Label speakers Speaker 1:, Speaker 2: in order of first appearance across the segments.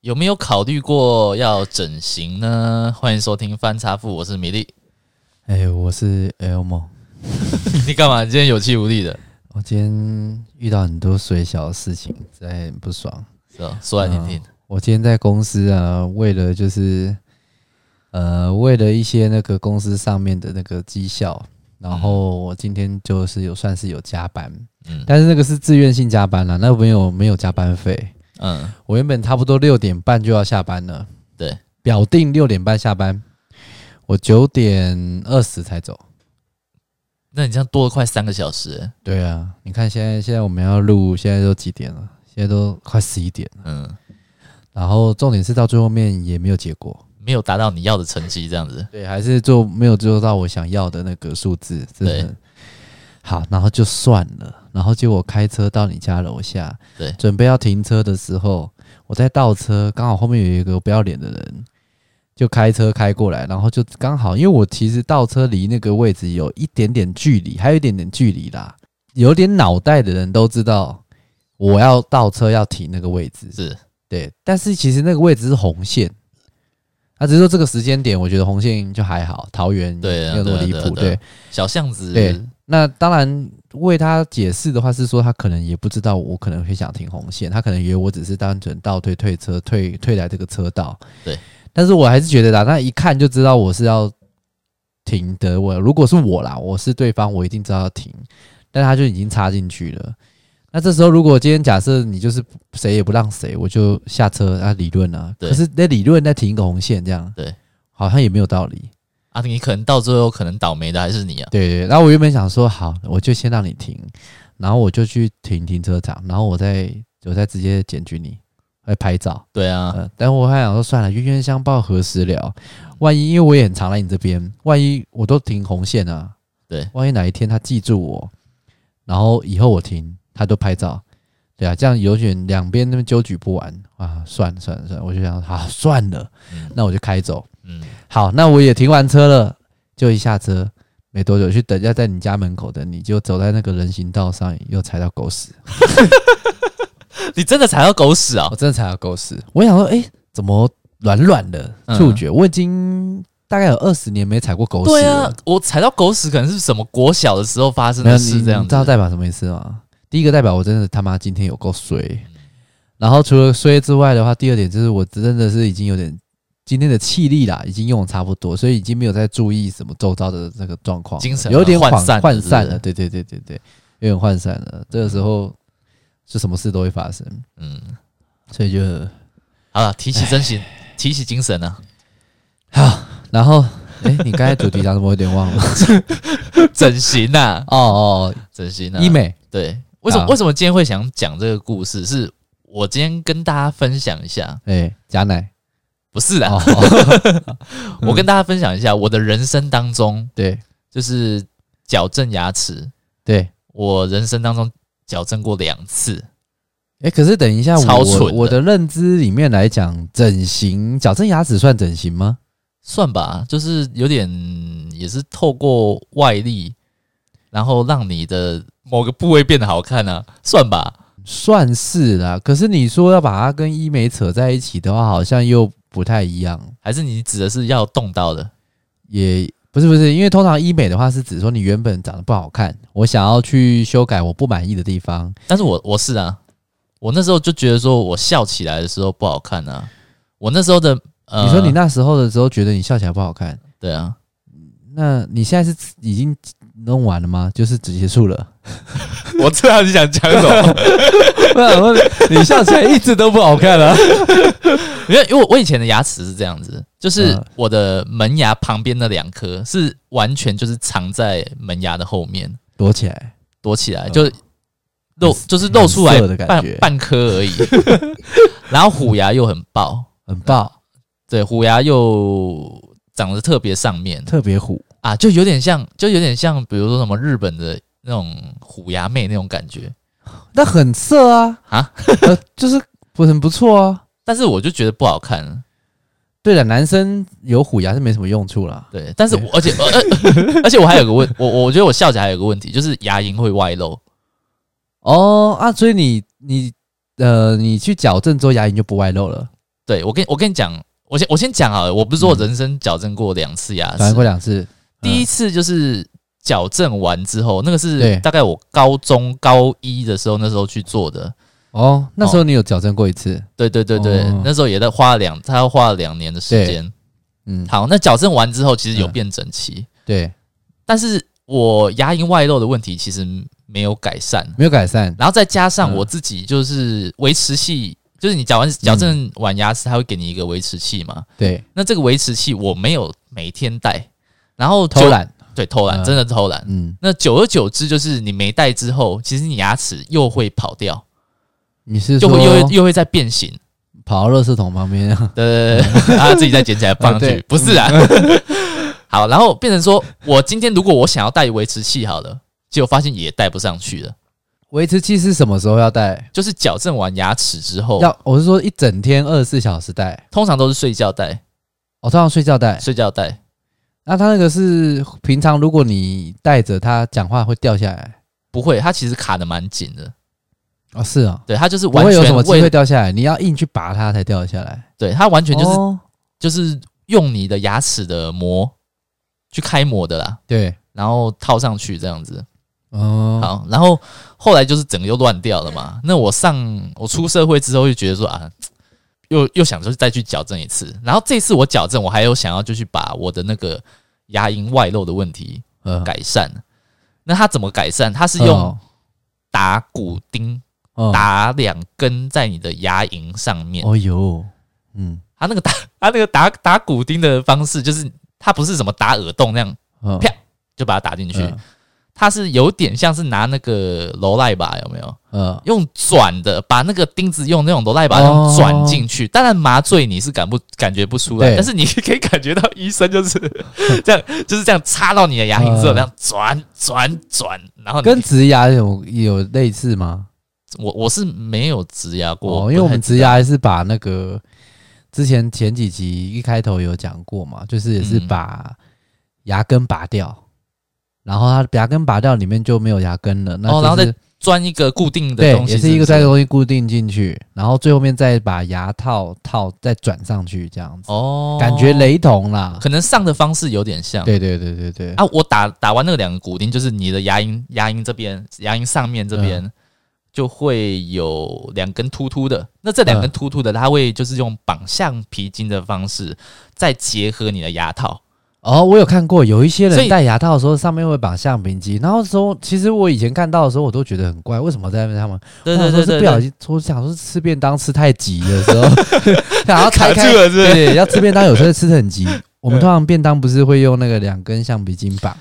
Speaker 1: 有没有考虑过要整形呢？欢迎收听翻查富，我是米粒。
Speaker 2: 哎、我是 L 梦，
Speaker 1: 你干嘛？你今天有气无力的，
Speaker 2: 我今天遇到很多水小的事情，实在很不爽。嗯
Speaker 1: 是吧？说来听听。
Speaker 2: 我今天在公司啊，为了就是呃，为了一些那个公司上面的那个绩效，然后我今天就是有算是有加班，
Speaker 1: 嗯
Speaker 2: 但是那个是自愿性加班啦、那没有没有加班费。
Speaker 1: 嗯，
Speaker 2: 我原本差不多六点半就要下班了，
Speaker 1: 对，
Speaker 2: 表定六点半下班，我九点二十才走。
Speaker 1: 那你这样多了快三个小时、欸
Speaker 2: 对啊，你看现在现在我们要录，现在都几点了？现在都快十一点了。
Speaker 1: 嗯，
Speaker 2: 然后重点是到最后面也没有结果，
Speaker 1: 没有达到你要的成绩，这样子。
Speaker 2: 对，还是做没有做到我想要的那个数字，真
Speaker 1: 对
Speaker 2: 的。好，然后就算了，然后结果开车到你家楼下，
Speaker 1: 对
Speaker 2: 准备要停车的时候，我在倒车，刚好后面有一个不要脸的人，就开车开过来，然后就刚好，因为我其实倒车离那个位置有一点点距离，还有一点点距离啦，有点脑袋的人都知道我要倒车要停那个位置，
Speaker 1: 是，
Speaker 2: 对，但是其实那个位置是红线，他、只是说这个时间点，我觉得红线就还好，桃园
Speaker 1: 对啊
Speaker 2: 没有那么离
Speaker 1: 对啊
Speaker 2: 谱。
Speaker 1: 对啊
Speaker 2: 对
Speaker 1: 小巷子。
Speaker 2: 对，那当然为他解释的话是说，他可能也不知道我可能会想停红线，他可能以为我只是单纯倒退退车退退来这个车道。
Speaker 1: 对，
Speaker 2: 但是我还是觉得啦，那一看就知道我是要停的。我如果是我啦，我是对方，我一定知道要停，但他就已经插进去了。那这时候，如果今天假设你就是谁也不让谁，我就下车啊理论啊。
Speaker 1: 对
Speaker 2: 可是那理论再停一个红线这样，
Speaker 1: 对，
Speaker 2: 好像也没有道理。
Speaker 1: 啊，你可能到最后可能倒霉的还是你啊。
Speaker 2: 对对，然后我原本想说好，我就先让你停，然后我就去停停车场，然后我再我再直接检举你，来拍照。
Speaker 1: 对啊，
Speaker 2: 嗯、但我还想说算了，冤冤相报何时了？万一因为我也很常来你这边，万一我都停红线啊，
Speaker 1: 对，
Speaker 2: 万一哪一天他记住我，然后以后我停，他都拍照，对啊，这样有点两边那边纠举不完啊，算了算了算了，我就想好算了，
Speaker 1: 嗯
Speaker 2: 那我就开走。
Speaker 1: 嗯，
Speaker 2: 好，那我也停完车了，就一下车，没多久去等，要在你家门口等你，就走在那个人行道上，又踩到狗屎，
Speaker 1: 你真的踩到狗屎啊、
Speaker 2: 哦我真的踩到狗屎。我想说，哎、怎么软软的
Speaker 1: 嗯
Speaker 2: 触觉？我已经大概有二十年没踩过狗屎
Speaker 1: 对
Speaker 2: 了
Speaker 1: 啊。，我踩到狗屎可能是什么国小的时候发生
Speaker 2: 没有
Speaker 1: 的
Speaker 2: 你
Speaker 1: 事，这样
Speaker 2: 你
Speaker 1: 子。
Speaker 2: 知道代表什么意思吗？第一个代表我真的他妈今天有够衰，
Speaker 1: 嗯
Speaker 2: 然后除了衰之外的话，第二点就是我真的是已经有点今天的气力啦，已经用的差不多，所以已经没有在注意什么周遭的那个状况了，
Speaker 1: 精神
Speaker 2: 有点
Speaker 1: 涣
Speaker 2: 涣
Speaker 1: 散了
Speaker 2: 涣
Speaker 1: 是不
Speaker 2: 散
Speaker 1: 是
Speaker 2: 了，对对对对对，有点涣散了。这个时候是什么事都会发生，
Speaker 1: 嗯，
Speaker 2: 所以就
Speaker 1: 好了，提起真 心，提起精神啊，
Speaker 2: 然后哎，你刚才主题讲什么？我有点忘 了。
Speaker 1: 整形啊，
Speaker 2: 哦哦，
Speaker 1: 整形啊，
Speaker 2: 医美
Speaker 1: 对，为什么、
Speaker 2: 啊
Speaker 1: 为什么今天会想讲这个故事？是我今天跟大家分享一下，
Speaker 2: 哎，假奶
Speaker 1: 不是啦，
Speaker 2: 哦，哦
Speaker 1: 我跟大家分享一下我的人生当中，
Speaker 2: 对
Speaker 1: 就是矫正牙齿，
Speaker 2: 对。
Speaker 1: 我人生当中矫正过两次，
Speaker 2: 哎、可是等一下，
Speaker 1: 超
Speaker 2: 我
Speaker 1: 蠢的
Speaker 2: 我的认知里面来讲，整形矫正牙齿算整形吗？
Speaker 1: 算吧，就是有点也是透过外力，然后让你的某个部位变得好看啊，算吧，
Speaker 2: 算是啦、可是你说要把它跟医美扯在一起的话，好像又不太一样。
Speaker 1: 还是你指的是要动到的？
Speaker 2: 也不是不是，因为通常医美的话是指说你原本长得不好看，我想要去修改我不满意的地方。
Speaker 1: 但是我我是啊，我那时候就觉得说我笑起来的时候不好看啊，我那时候的呃，
Speaker 2: 你说你那时候的时候觉得你笑起来不好看，
Speaker 1: 对啊，
Speaker 2: 那你现在是已经弄完了吗？就是只结束了？
Speaker 1: 我知道你想讲什么，
Speaker 2: 不然我你笑起来一直都不好看啊。
Speaker 1: 因为因为我我以前的牙齿是这样子，就是
Speaker 2: 嗯
Speaker 1: 我的门牙旁边的两颗是完全就是藏在门牙的后面
Speaker 2: 躲起来，
Speaker 1: 躲起来，
Speaker 2: 嗯
Speaker 1: 就露
Speaker 2: 很
Speaker 1: 就是露出来
Speaker 2: 很色的感
Speaker 1: 半
Speaker 2: 觉
Speaker 1: 半颗 而已，然后虎牙又很爆，
Speaker 2: 很爆，
Speaker 1: 对，虎牙又长得特别上面
Speaker 2: 特别虎。
Speaker 1: 啊，就有点像，就有点像，比如说什么日本的那种虎牙妹那种感觉。
Speaker 2: 那很色啊
Speaker 1: 啊
Speaker 2: 呃就是不很不错啊。
Speaker 1: 但是我就觉得不好看，
Speaker 2: 对了，男生有虎牙是没什么用处啦。
Speaker 1: 对。但是我而且而、呃、 而且我还有个问，我我觉得我笑起来还有个问题，就是牙龈会外露。
Speaker 2: 哦啊，所以你你呃，你去矫正之后牙龈就不外露了。
Speaker 1: 对我跟我跟你讲，我先我先讲好了，我不是说我
Speaker 2: 嗯
Speaker 1: 人生矫正过两次牙齿，
Speaker 2: 矫正过两次，
Speaker 1: 啊第一次就是矫正完之后，那个是
Speaker 2: 对
Speaker 1: 大概我高中高一的时候，那时候去做的。
Speaker 2: 哦，那时候你有矫正过一次，
Speaker 1: 对对对对，
Speaker 2: 哦
Speaker 1: 那时候也在花了两，他花了两年的时间。
Speaker 2: 嗯，
Speaker 1: 好，那矫正完之后，其实有
Speaker 2: 嗯
Speaker 1: 变整齐，
Speaker 2: 对，
Speaker 1: 但是我牙龈外露的问题其实没有改善。
Speaker 2: 没有改善，
Speaker 1: 然后再加上
Speaker 2: 嗯
Speaker 1: 我自己就是维持器，就是你矫完矫正完牙齿，它会给你一个维持器嘛。
Speaker 2: 对，
Speaker 1: 那这个维持器我没有每天戴，然后久
Speaker 2: 偷，懒，
Speaker 1: 对偷懒，
Speaker 2: 嗯
Speaker 1: 真的偷懒。
Speaker 2: 嗯，
Speaker 1: 那久而久之，就是你没戴之后，其实你牙齿又会跑掉，
Speaker 2: 你是
Speaker 1: 就
Speaker 2: 说
Speaker 1: 会又会又会再变形。
Speaker 2: 跑到垃圾桶旁边？
Speaker 1: 对对对，然后自己再捡起来放上
Speaker 2: 啊
Speaker 1: 去
Speaker 2: 对，嗯
Speaker 1: 不是啊。 好，然后变成说我今天如果我想要戴维持器好了，结果发现也戴不上去了。
Speaker 2: 维持器是什么时候要戴？
Speaker 1: 就是矫正完牙齿之后，
Speaker 2: 要我是说一整天二十四小时戴，
Speaker 1: 通常都是睡觉戴，
Speaker 2: 我、通常睡觉戴。
Speaker 1: 睡觉戴。
Speaker 2: 那它那个是平常如果你戴着它讲话会掉下来
Speaker 1: 不会，它其实卡的蛮紧的，
Speaker 2: 哦，是啊、
Speaker 1: 对，它就是
Speaker 2: 不
Speaker 1: 完
Speaker 2: 会有什
Speaker 1: 全
Speaker 2: 么机会
Speaker 1: 为，
Speaker 2: 掉下来，你要硬去拔它才掉得下来。
Speaker 1: 对，它完全就是、
Speaker 2: 哦
Speaker 1: 就是用你的牙齿的膜去开模的啦，
Speaker 2: 对，
Speaker 1: 然后套上去这样子。
Speaker 2: 哦，
Speaker 1: 好，然后后来就是整个又乱掉了嘛。那我上我出社会之后就觉得说啊，又又想说再去矫正一次。然后这次我矫正，我还有想要就去把我的那个牙龈外露的问题
Speaker 2: 嗯，
Speaker 1: 改善。那它怎么改善？它是
Speaker 2: 嗯
Speaker 1: 用打骨钉，
Speaker 2: 嗯
Speaker 1: 打两根在你的牙龈上面。
Speaker 2: 哦呦，嗯
Speaker 1: 他那个打 他那个打打骨钉的方式，就是他不是什么打耳洞那样
Speaker 2: 嗯，
Speaker 1: 啪就把它打进去，
Speaker 2: 嗯
Speaker 1: 他是有点像是拿那个罗赖把有没有？
Speaker 2: 嗯，
Speaker 1: 用转的，把那个钉子用那种罗赖把那
Speaker 2: 哦
Speaker 1: 种转进去。当然麻醉你是感不感觉不出来，
Speaker 2: 对
Speaker 1: 但是你可以感觉到医生就是 这样，就是这样插到你的牙龈之后，
Speaker 2: 嗯
Speaker 1: 这样转转转，然后你
Speaker 2: 跟植牙有有类似吗？
Speaker 1: 我我是没有植牙过，
Speaker 2: 哦，因为
Speaker 1: 不
Speaker 2: 我
Speaker 1: 太
Speaker 2: 们
Speaker 1: 知
Speaker 2: 植
Speaker 1: 道
Speaker 2: 牙是把那个之前前几集一开头有讲过嘛，就是也是
Speaker 1: 嗯
Speaker 2: 把牙根拔掉，然后它牙根拔掉里面就没有牙根了，那、就是
Speaker 1: 哦然后再钻一个固定的
Speaker 2: 对
Speaker 1: 东，西
Speaker 2: 也
Speaker 1: 不，
Speaker 2: 是一个这个东西固定进去，然后最后面再把牙套套再转上去这样子，
Speaker 1: 哦，
Speaker 2: 感觉雷同啦。
Speaker 1: 可能上的方式有点像。
Speaker 2: 对对对对对，
Speaker 1: 啊，我打打完那两个骨钉，就是你的牙龈牙龈这边，牙龈上面这边、
Speaker 2: 嗯
Speaker 1: 就会有两根突突的。那这两根
Speaker 2: 嗯
Speaker 1: 突突的，它会就是用绑橡皮筋的方式，再结合你的牙套。
Speaker 2: 哦，我有看过，有一些
Speaker 1: 所以
Speaker 2: 人戴牙套的时候上面会绑橡皮筋，然后说其实我以前看到的时候我都觉得很怪，为什么在那边他们
Speaker 1: 对对
Speaker 2: 我想
Speaker 1: 对对
Speaker 2: 说是不小心，我想说是吃便当吃太急的时候， 然后
Speaker 1: 卡住
Speaker 2: 开开，
Speaker 1: 了是不是
Speaker 2: 对对，要吃便当有时候吃得很急。我们通常便当不是会用那个两根橡皮筋绑，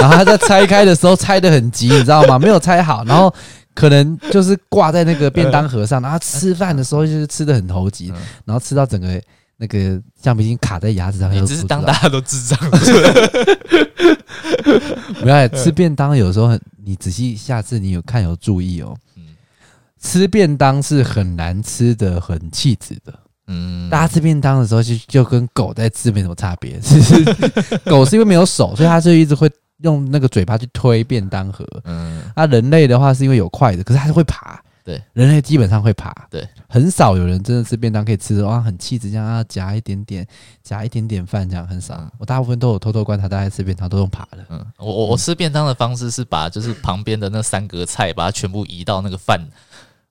Speaker 2: 然后他在拆开的时候拆的很急，你知道吗？没有拆好，然后可能就是挂在那个便当盒上，然后吃饭的时候就是吃的很投急
Speaker 1: 嗯，
Speaker 2: 然后吃到整个那个橡皮筋卡在牙齿上，
Speaker 1: 你
Speaker 2: 就
Speaker 1: 只是
Speaker 2: 不
Speaker 1: 当
Speaker 2: 知道
Speaker 1: 大家都智障，是不 是
Speaker 2: 不要啊吃便当，有时候很，你仔细下次你有看有注意哦。
Speaker 1: 嗯
Speaker 2: 吃便当是很难吃的，很气质的。
Speaker 1: 嗯，
Speaker 2: 大家吃便当的时候就就跟狗在吃没什么差别， 只是狗是因为没有手，所以它就一直会用那个嘴巴去推便当盒。
Speaker 1: 嗯
Speaker 2: 那、人类的话是因为有筷子，可是它是会爬。
Speaker 1: 对，
Speaker 2: 人类基本上会爬。
Speaker 1: 对，
Speaker 2: 很少有人真的吃便当可以吃的哇，很气质这样啊，夹一点点，夹一点点饭这样很少。
Speaker 1: 嗯
Speaker 2: 我大部分都有偷偷观察大家吃便当都用爬的。
Speaker 1: 嗯，我我我吃便当的方式是把就是旁边的那三格菜把它全部移到那个饭，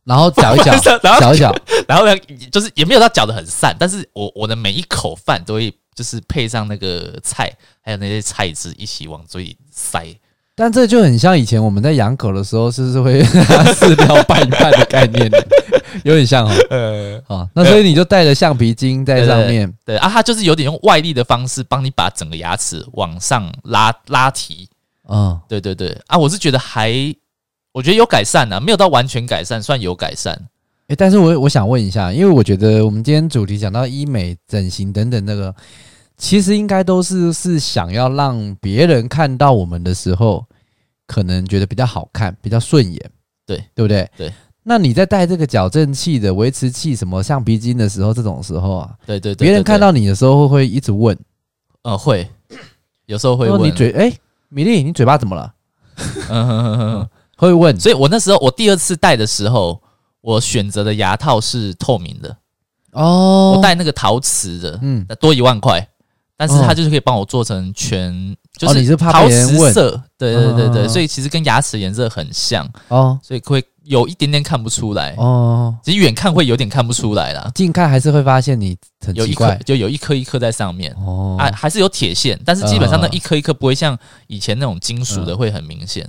Speaker 2: 然后搅一 搅
Speaker 1: 饭上，然后
Speaker 2: 搅一搅，
Speaker 1: 然后呢就是也没有到搅得很散，但是我我的每一口饭都会就是配上那个菜，还有那些菜汁一起往嘴里塞。
Speaker 2: 但这就很像以前我们在养狗的时候，是不是会 饲料拌一拌的概念， 有点像哦。
Speaker 1: 呃，
Speaker 2: 好，那所以你就带着橡皮筋在上面，
Speaker 1: 对啊，它就是有点用外力的方式帮你把整个牙齿往上拉拉提。
Speaker 2: 嗯，
Speaker 1: 对对对，啊，我是觉得还，我觉得有改善啊，没有到完全改善，算有改善。
Speaker 2: 诶，但是我我想问一下，因为我觉得我们今天主题讲到医美、整形等等那个，其实应该都是是想要让别人看到我们的时候，可能觉得比较好看、比较顺眼，
Speaker 1: 对
Speaker 2: 对不对？
Speaker 1: 对。
Speaker 2: 那你在戴这个矫正器的维持器、什么橡皮筋的时候，这种时候啊，
Speaker 1: 对对对
Speaker 2: 别人看，
Speaker 1: 对
Speaker 2: 到你的时候会会一直问，
Speaker 1: 对嗯，会有时候会
Speaker 2: 说
Speaker 1: 问
Speaker 2: 你，嘴哎、米粒，你嘴巴怎么了？
Speaker 1: 嗯哼哼哼哼
Speaker 2: 会问
Speaker 1: 所以我那时候我第二次戴的时候，我选择的牙套是透明的。
Speaker 2: 哦，
Speaker 1: 我带那个陶瓷的，
Speaker 2: 嗯，
Speaker 1: 多一万块，但是
Speaker 2: 哦
Speaker 1: 它就是可以帮我做成全，就
Speaker 2: 哦你是怕
Speaker 1: 陶
Speaker 2: 别人
Speaker 1: 瓷
Speaker 2: 问
Speaker 1: 色，对对对
Speaker 2: 嗯嗯
Speaker 1: 对，
Speaker 2: 嗯
Speaker 1: 所以其实跟牙齿颜色很像，
Speaker 2: 哦
Speaker 1: 所以会有一点点看不出来，
Speaker 2: 哦，
Speaker 1: 其实远看会有点看不出来啦，
Speaker 2: 近看还是会发现你很
Speaker 1: 有
Speaker 2: 奇
Speaker 1: 一颗
Speaker 2: 怪
Speaker 1: 就有一颗一颗在上面。
Speaker 2: 哦
Speaker 1: 啊，还是有铁线，但是基本上那
Speaker 2: 嗯嗯嗯
Speaker 1: 一颗一颗不会像以前那种金属
Speaker 2: 嗯
Speaker 1: 的会很明显。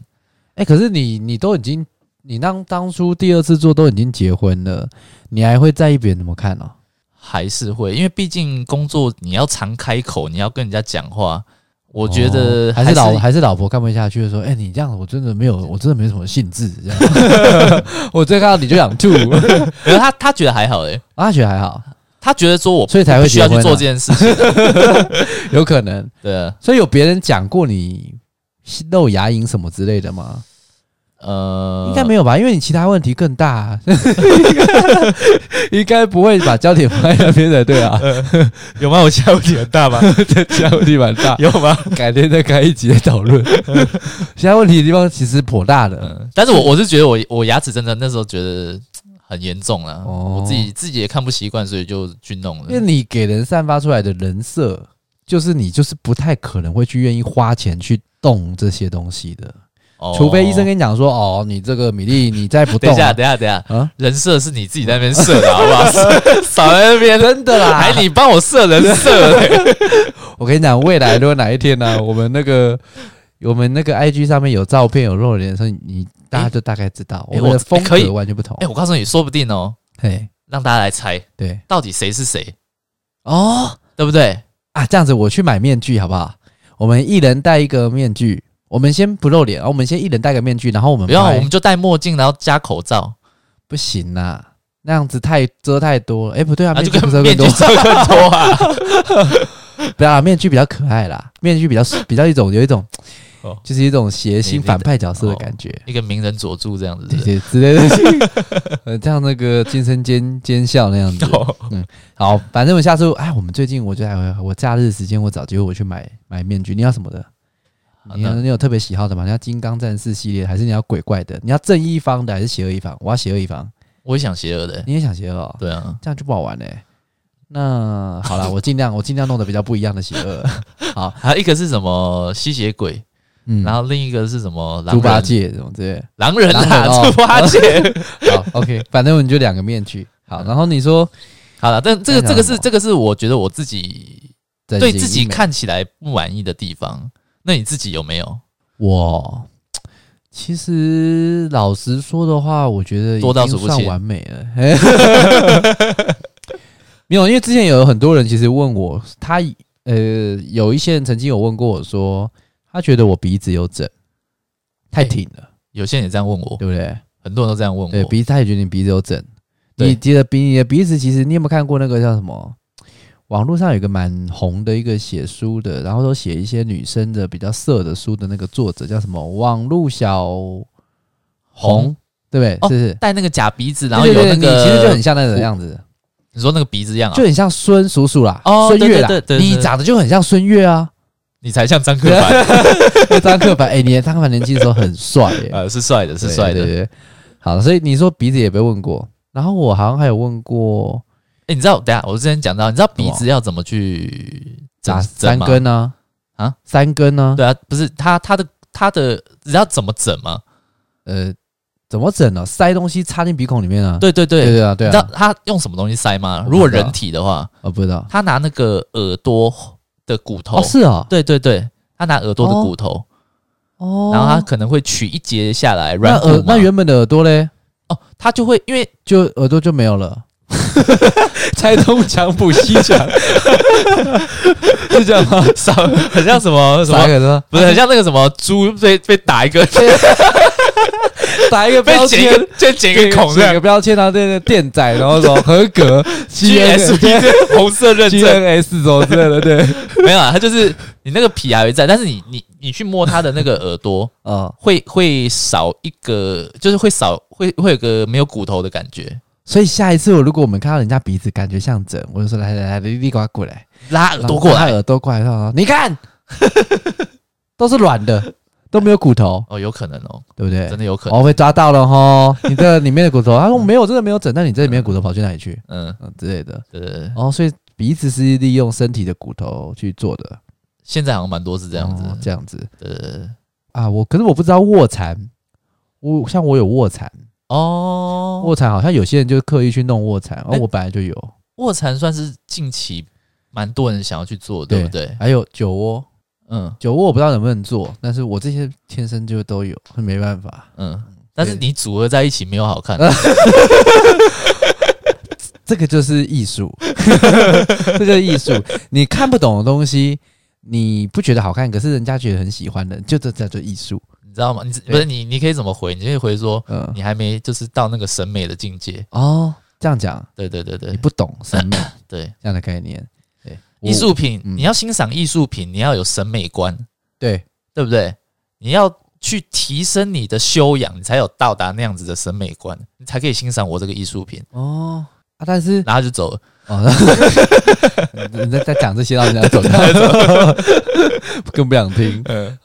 Speaker 2: 哎、可是你你都已经，你当当初第二次做都已经结婚了，你还会在意别人怎么看哦？
Speaker 1: 还是会，因为毕竟工作你要常开口，你要跟人家讲话，我觉得
Speaker 2: 哦还是老
Speaker 1: 是
Speaker 2: 还是老婆看不下去，说：“哎、你这样子我真的没有，我真的没什么兴致。” 这样，我最看到你就想吐。
Speaker 1: 没有他他觉得还好诶、欸
Speaker 2: 阿雪 还好，
Speaker 1: 他觉得说我
Speaker 2: 所以才会
Speaker 1: 不需要去
Speaker 2: 结婚啊
Speaker 1: 做这件事情，
Speaker 2: 有可能。
Speaker 1: 对啊，
Speaker 2: 所以有别人讲过你露牙龈什么之类的吗？
Speaker 1: 呃，
Speaker 2: 应该没有吧，因为你其他问题更大、啊 应该不会把焦点放在那边的，对啊，
Speaker 1: 呃有吗？我现在问题很大 吗？
Speaker 2: 其他问题蛮大。
Speaker 1: 有吗？
Speaker 2: 改天再开一集来讨 论。其他问题的地方其实颇大的。
Speaker 1: 嗯，但是我我是觉得我我牙齿真的那时候觉得很严重了，
Speaker 2: 哦
Speaker 1: 我自己呃自己也看不习惯，所以就去弄
Speaker 2: 因为
Speaker 1: 了。
Speaker 2: 你给人散发出来的人设，就是你就是不太可能会去愿意花钱去动这些东西的，
Speaker 1: 哦
Speaker 2: 除非医生跟你讲说：“哦，你这个米粒你再不动、
Speaker 1: 等
Speaker 2: 啊，
Speaker 1: 一下，等一下，等一下，
Speaker 2: 啊，
Speaker 1: 人设是你自己在那边设的，好不 好？少在那边，
Speaker 2: 真的啦
Speaker 1: 还你帮我设人设、 欸，
Speaker 2: 我跟你讲，未来如果哪一天呢、我们那个 我们那个 IG 上面有照片有露脸的时候，你大家就大概知道、
Speaker 1: 诶
Speaker 2: 我们的风
Speaker 1: 哎我可以
Speaker 2: 格完全不同
Speaker 1: 哎、。我告诉你，说不定哦，
Speaker 2: 哎、
Speaker 1: 让大家来猜
Speaker 2: 对，
Speaker 1: 到底谁是谁，
Speaker 2: 哦
Speaker 1: 对不对？
Speaker 2: 啊，这样子我去买面具好不好？我们一人戴一个面具，我们先不露脸，啊我们先一人戴个面具，然后我们
Speaker 1: 不要，
Speaker 2: 拍
Speaker 1: 我们就戴墨镜，然后加口罩，
Speaker 2: 不行啦，那样子太遮太多了。哎、不对啊，
Speaker 1: 然后
Speaker 2: 面
Speaker 1: 就
Speaker 2: 具
Speaker 1: 跟
Speaker 2: 不遮更
Speaker 1: 面
Speaker 2: 多
Speaker 1: 具，差更多啊。
Speaker 2: 不要、啊、面具比较可爱啦，面具比较比较一种有一种
Speaker 1: 哦，
Speaker 2: 就是一种谐
Speaker 1: 你
Speaker 2: 星
Speaker 1: 你
Speaker 2: 反派角
Speaker 1: 哦
Speaker 2: 色的感觉。
Speaker 1: 一个名人佐助这样子
Speaker 2: 对对之类的， 呃，像那个健身尖尖笑那样子。 嗯
Speaker 1: 哦
Speaker 2: 好，反正我下次，哎，我们最近我觉得哎，我假日时间我找机会我去买买面具。你要什么的？
Speaker 1: 好
Speaker 2: 你要
Speaker 1: 那
Speaker 2: 你有特别喜好的吗？你要金刚战士系列，还是你要鬼怪的？你要正义一方的，还是邪恶一方？我要邪恶一方。
Speaker 1: 我也想邪恶的、欸，
Speaker 2: 你也想邪恶、哦？
Speaker 1: 对啊，
Speaker 2: 这样就不好玩嘞、那好 啦，我尽量，我尽量弄得比较不一样的邪恶。
Speaker 1: 还有一个是什么吸血鬼，
Speaker 2: 嗯，
Speaker 1: 然后另一个是什么狼
Speaker 2: 猪八
Speaker 1: 人，
Speaker 2: 戒这种之类的。
Speaker 1: 狼人
Speaker 2: 狼人
Speaker 1: 啊，
Speaker 2: 哦
Speaker 1: 猪八 戒。
Speaker 2: 好，OK，反正我们就两个面具。好，然后你说
Speaker 1: 好了，但这个
Speaker 2: 那
Speaker 1: 这
Speaker 2: 叫
Speaker 1: 个
Speaker 2: 什
Speaker 1: 是
Speaker 2: 么
Speaker 1: 这个是我觉得我自己
Speaker 2: 整
Speaker 1: 对
Speaker 2: 形
Speaker 1: 自
Speaker 2: 医
Speaker 1: 己
Speaker 2: 美
Speaker 1: 看起来不满意的地方，那你自己有没有
Speaker 2: 我其实老实说的话，我觉得已
Speaker 1: 多到
Speaker 2: 经
Speaker 1: 数不
Speaker 2: 算
Speaker 1: 清
Speaker 2: 完美了。 没有，因为之前有很多人其实问我，他呃有一些人曾经有问过我说，他觉得我鼻子有整，太
Speaker 1: 哎
Speaker 2: 挺了，
Speaker 1: 有些人也这样问我，
Speaker 2: 对不对？
Speaker 1: 很多人都这样问
Speaker 2: 对，
Speaker 1: 我。
Speaker 2: 鼻子他也觉得你鼻子有整。
Speaker 1: 哦对
Speaker 2: 你觉得鼻你的鼻子，其实你有没有看过那个叫什么？网络上有一个蛮红的一个写书的，然后都写一些女生的比较色的书的那个作者叫什么？网络小红，
Speaker 1: 红
Speaker 2: 对不对？
Speaker 1: 哦
Speaker 2: 是不是？
Speaker 1: 戴那个假鼻子，然后
Speaker 2: 对
Speaker 1: 有
Speaker 2: 对对
Speaker 1: 那个，
Speaker 2: 你其实就很像那个样子，
Speaker 1: 你说那个鼻子样啊
Speaker 2: 就，很像孙叔叔啦，
Speaker 1: 哦
Speaker 2: 孙悦啦，
Speaker 1: 对对对对对
Speaker 2: 你长得就很像孙悦啊。
Speaker 1: 你才像张克 凡，
Speaker 2: 张克凡，哎、你的张克凡年轻的时候很帅、耶。
Speaker 1: 呃，是帅的，是
Speaker 2: 对
Speaker 1: 帅的
Speaker 2: 对。对对好，所以你说鼻子也被问过，然后我好像还有问过
Speaker 1: 哎，你知道，等一下我之前讲到，你知道鼻子要怎么去
Speaker 2: 打
Speaker 1: 整
Speaker 2: 三？
Speaker 1: 整吗
Speaker 2: 根呢、啊？
Speaker 1: 啊，
Speaker 2: 三根呢、
Speaker 1: 对啊，不是他他的他的，你知道怎么整吗？
Speaker 2: 呃，怎么整呢、啊塞东西插进鼻孔里面啊？
Speaker 1: 对对对
Speaker 2: 对，对啊，对
Speaker 1: 你知道
Speaker 2: 啊，
Speaker 1: 他用什么东西塞吗
Speaker 2: 我？不知道
Speaker 1: 如果人体的话，
Speaker 2: 我不知道。
Speaker 1: 他拿那个耳朵的骨头
Speaker 2: 哦，，是哦，
Speaker 1: 对对对，他拿耳朵的骨头，
Speaker 2: 哦，
Speaker 1: 然后他可能会取一节下来
Speaker 2: 那
Speaker 1: 软骨
Speaker 2: 耳
Speaker 1: 嘛
Speaker 2: 那原本的耳朵嘞，
Speaker 1: 哦，他就会 因为
Speaker 2: 就耳朵就没有了。
Speaker 1: 拆东墙补西墙，是这样吗？少很像什么什
Speaker 2: 打一
Speaker 1: 么，
Speaker 2: 个呢？
Speaker 1: 不是很像那个什么猪被被打一个，
Speaker 2: 打一 个
Speaker 1: 被
Speaker 2: 标
Speaker 1: 剪一
Speaker 2: 签，
Speaker 1: 个，就剪一个孔这
Speaker 2: 写
Speaker 1: 样
Speaker 2: 个标签，然后对对店仔，然后说合格
Speaker 1: ，GSP 这 红色认证
Speaker 2: GNS 什么之类的，对，
Speaker 1: 没有啊，它就是你那个皮还会在，但是你你你去摸它的那个耳朵，
Speaker 2: 哦，
Speaker 1: 会会少一个，就是会少会会有个没有骨头的感觉，
Speaker 2: 所以下一次我如果我们看到人家鼻子感觉像整，我就说来来来，你你给我过来，
Speaker 1: 拉耳朵过
Speaker 2: 然
Speaker 1: 来
Speaker 2: 后 他，耳朵过来，然后说你看，都是软的，都没有骨头，
Speaker 1: 哦，有可能哦，
Speaker 2: 对不对？
Speaker 1: 真的有可能，
Speaker 2: 哦，被抓到了吼！你这里面的骨头，他说没有，真的没有整。那你这里面的骨头跑去哪里去？
Speaker 1: 嗯，
Speaker 2: 嗯，之类的。
Speaker 1: 呃，
Speaker 2: 哦，所以鼻子是利用身体的骨头去做的，
Speaker 1: 现在好像蛮多是这样子，
Speaker 2: 哦这样子
Speaker 1: 呃，
Speaker 2: 啊。我可是我不知道卧蚕，我像我有卧蚕，
Speaker 1: 哦，卧
Speaker 2: 卧蚕好像有些人就刻意去弄卧蚕，哦
Speaker 1: 哎，
Speaker 2: 我本来就有。
Speaker 1: 卧蚕算是近期蛮多人想要去做，对不对？
Speaker 2: 还有酒窝，
Speaker 1: 嗯
Speaker 2: 酒窝我不知道能不能做，但是我这些天生就都有，没办法。
Speaker 1: 嗯，但是
Speaker 2: 对呃
Speaker 1: 你组合在一起没有好看，
Speaker 2: 这个就是艺术， 这就是艺术。你看不懂的东西，你不觉得好看，可是人家觉得很喜欢的，就这叫做艺术。
Speaker 1: 你知道吗？你不是你，你可以怎么回？你可以回说
Speaker 2: 嗯，
Speaker 1: 你还没就是到那个审美的境界。
Speaker 2: 哦，这样讲，
Speaker 1: 对对对
Speaker 2: 你
Speaker 1: 对
Speaker 2: 不懂审 美
Speaker 1: 对，
Speaker 2: 这样的概念。对，我
Speaker 1: 艺术品
Speaker 2: 嗯
Speaker 1: 你要欣赏艺术品，你要有审美观，
Speaker 2: 对
Speaker 1: 对不对？你要去提升你的修养，你才有到达那样子的审美观，你才可以欣赏我这个艺术品。
Speaker 2: 哦啊，但是
Speaker 1: 然后就走了，
Speaker 2: 哦， 你在在讲这些，让人家走 掉，更不想听。
Speaker 1: 嗯，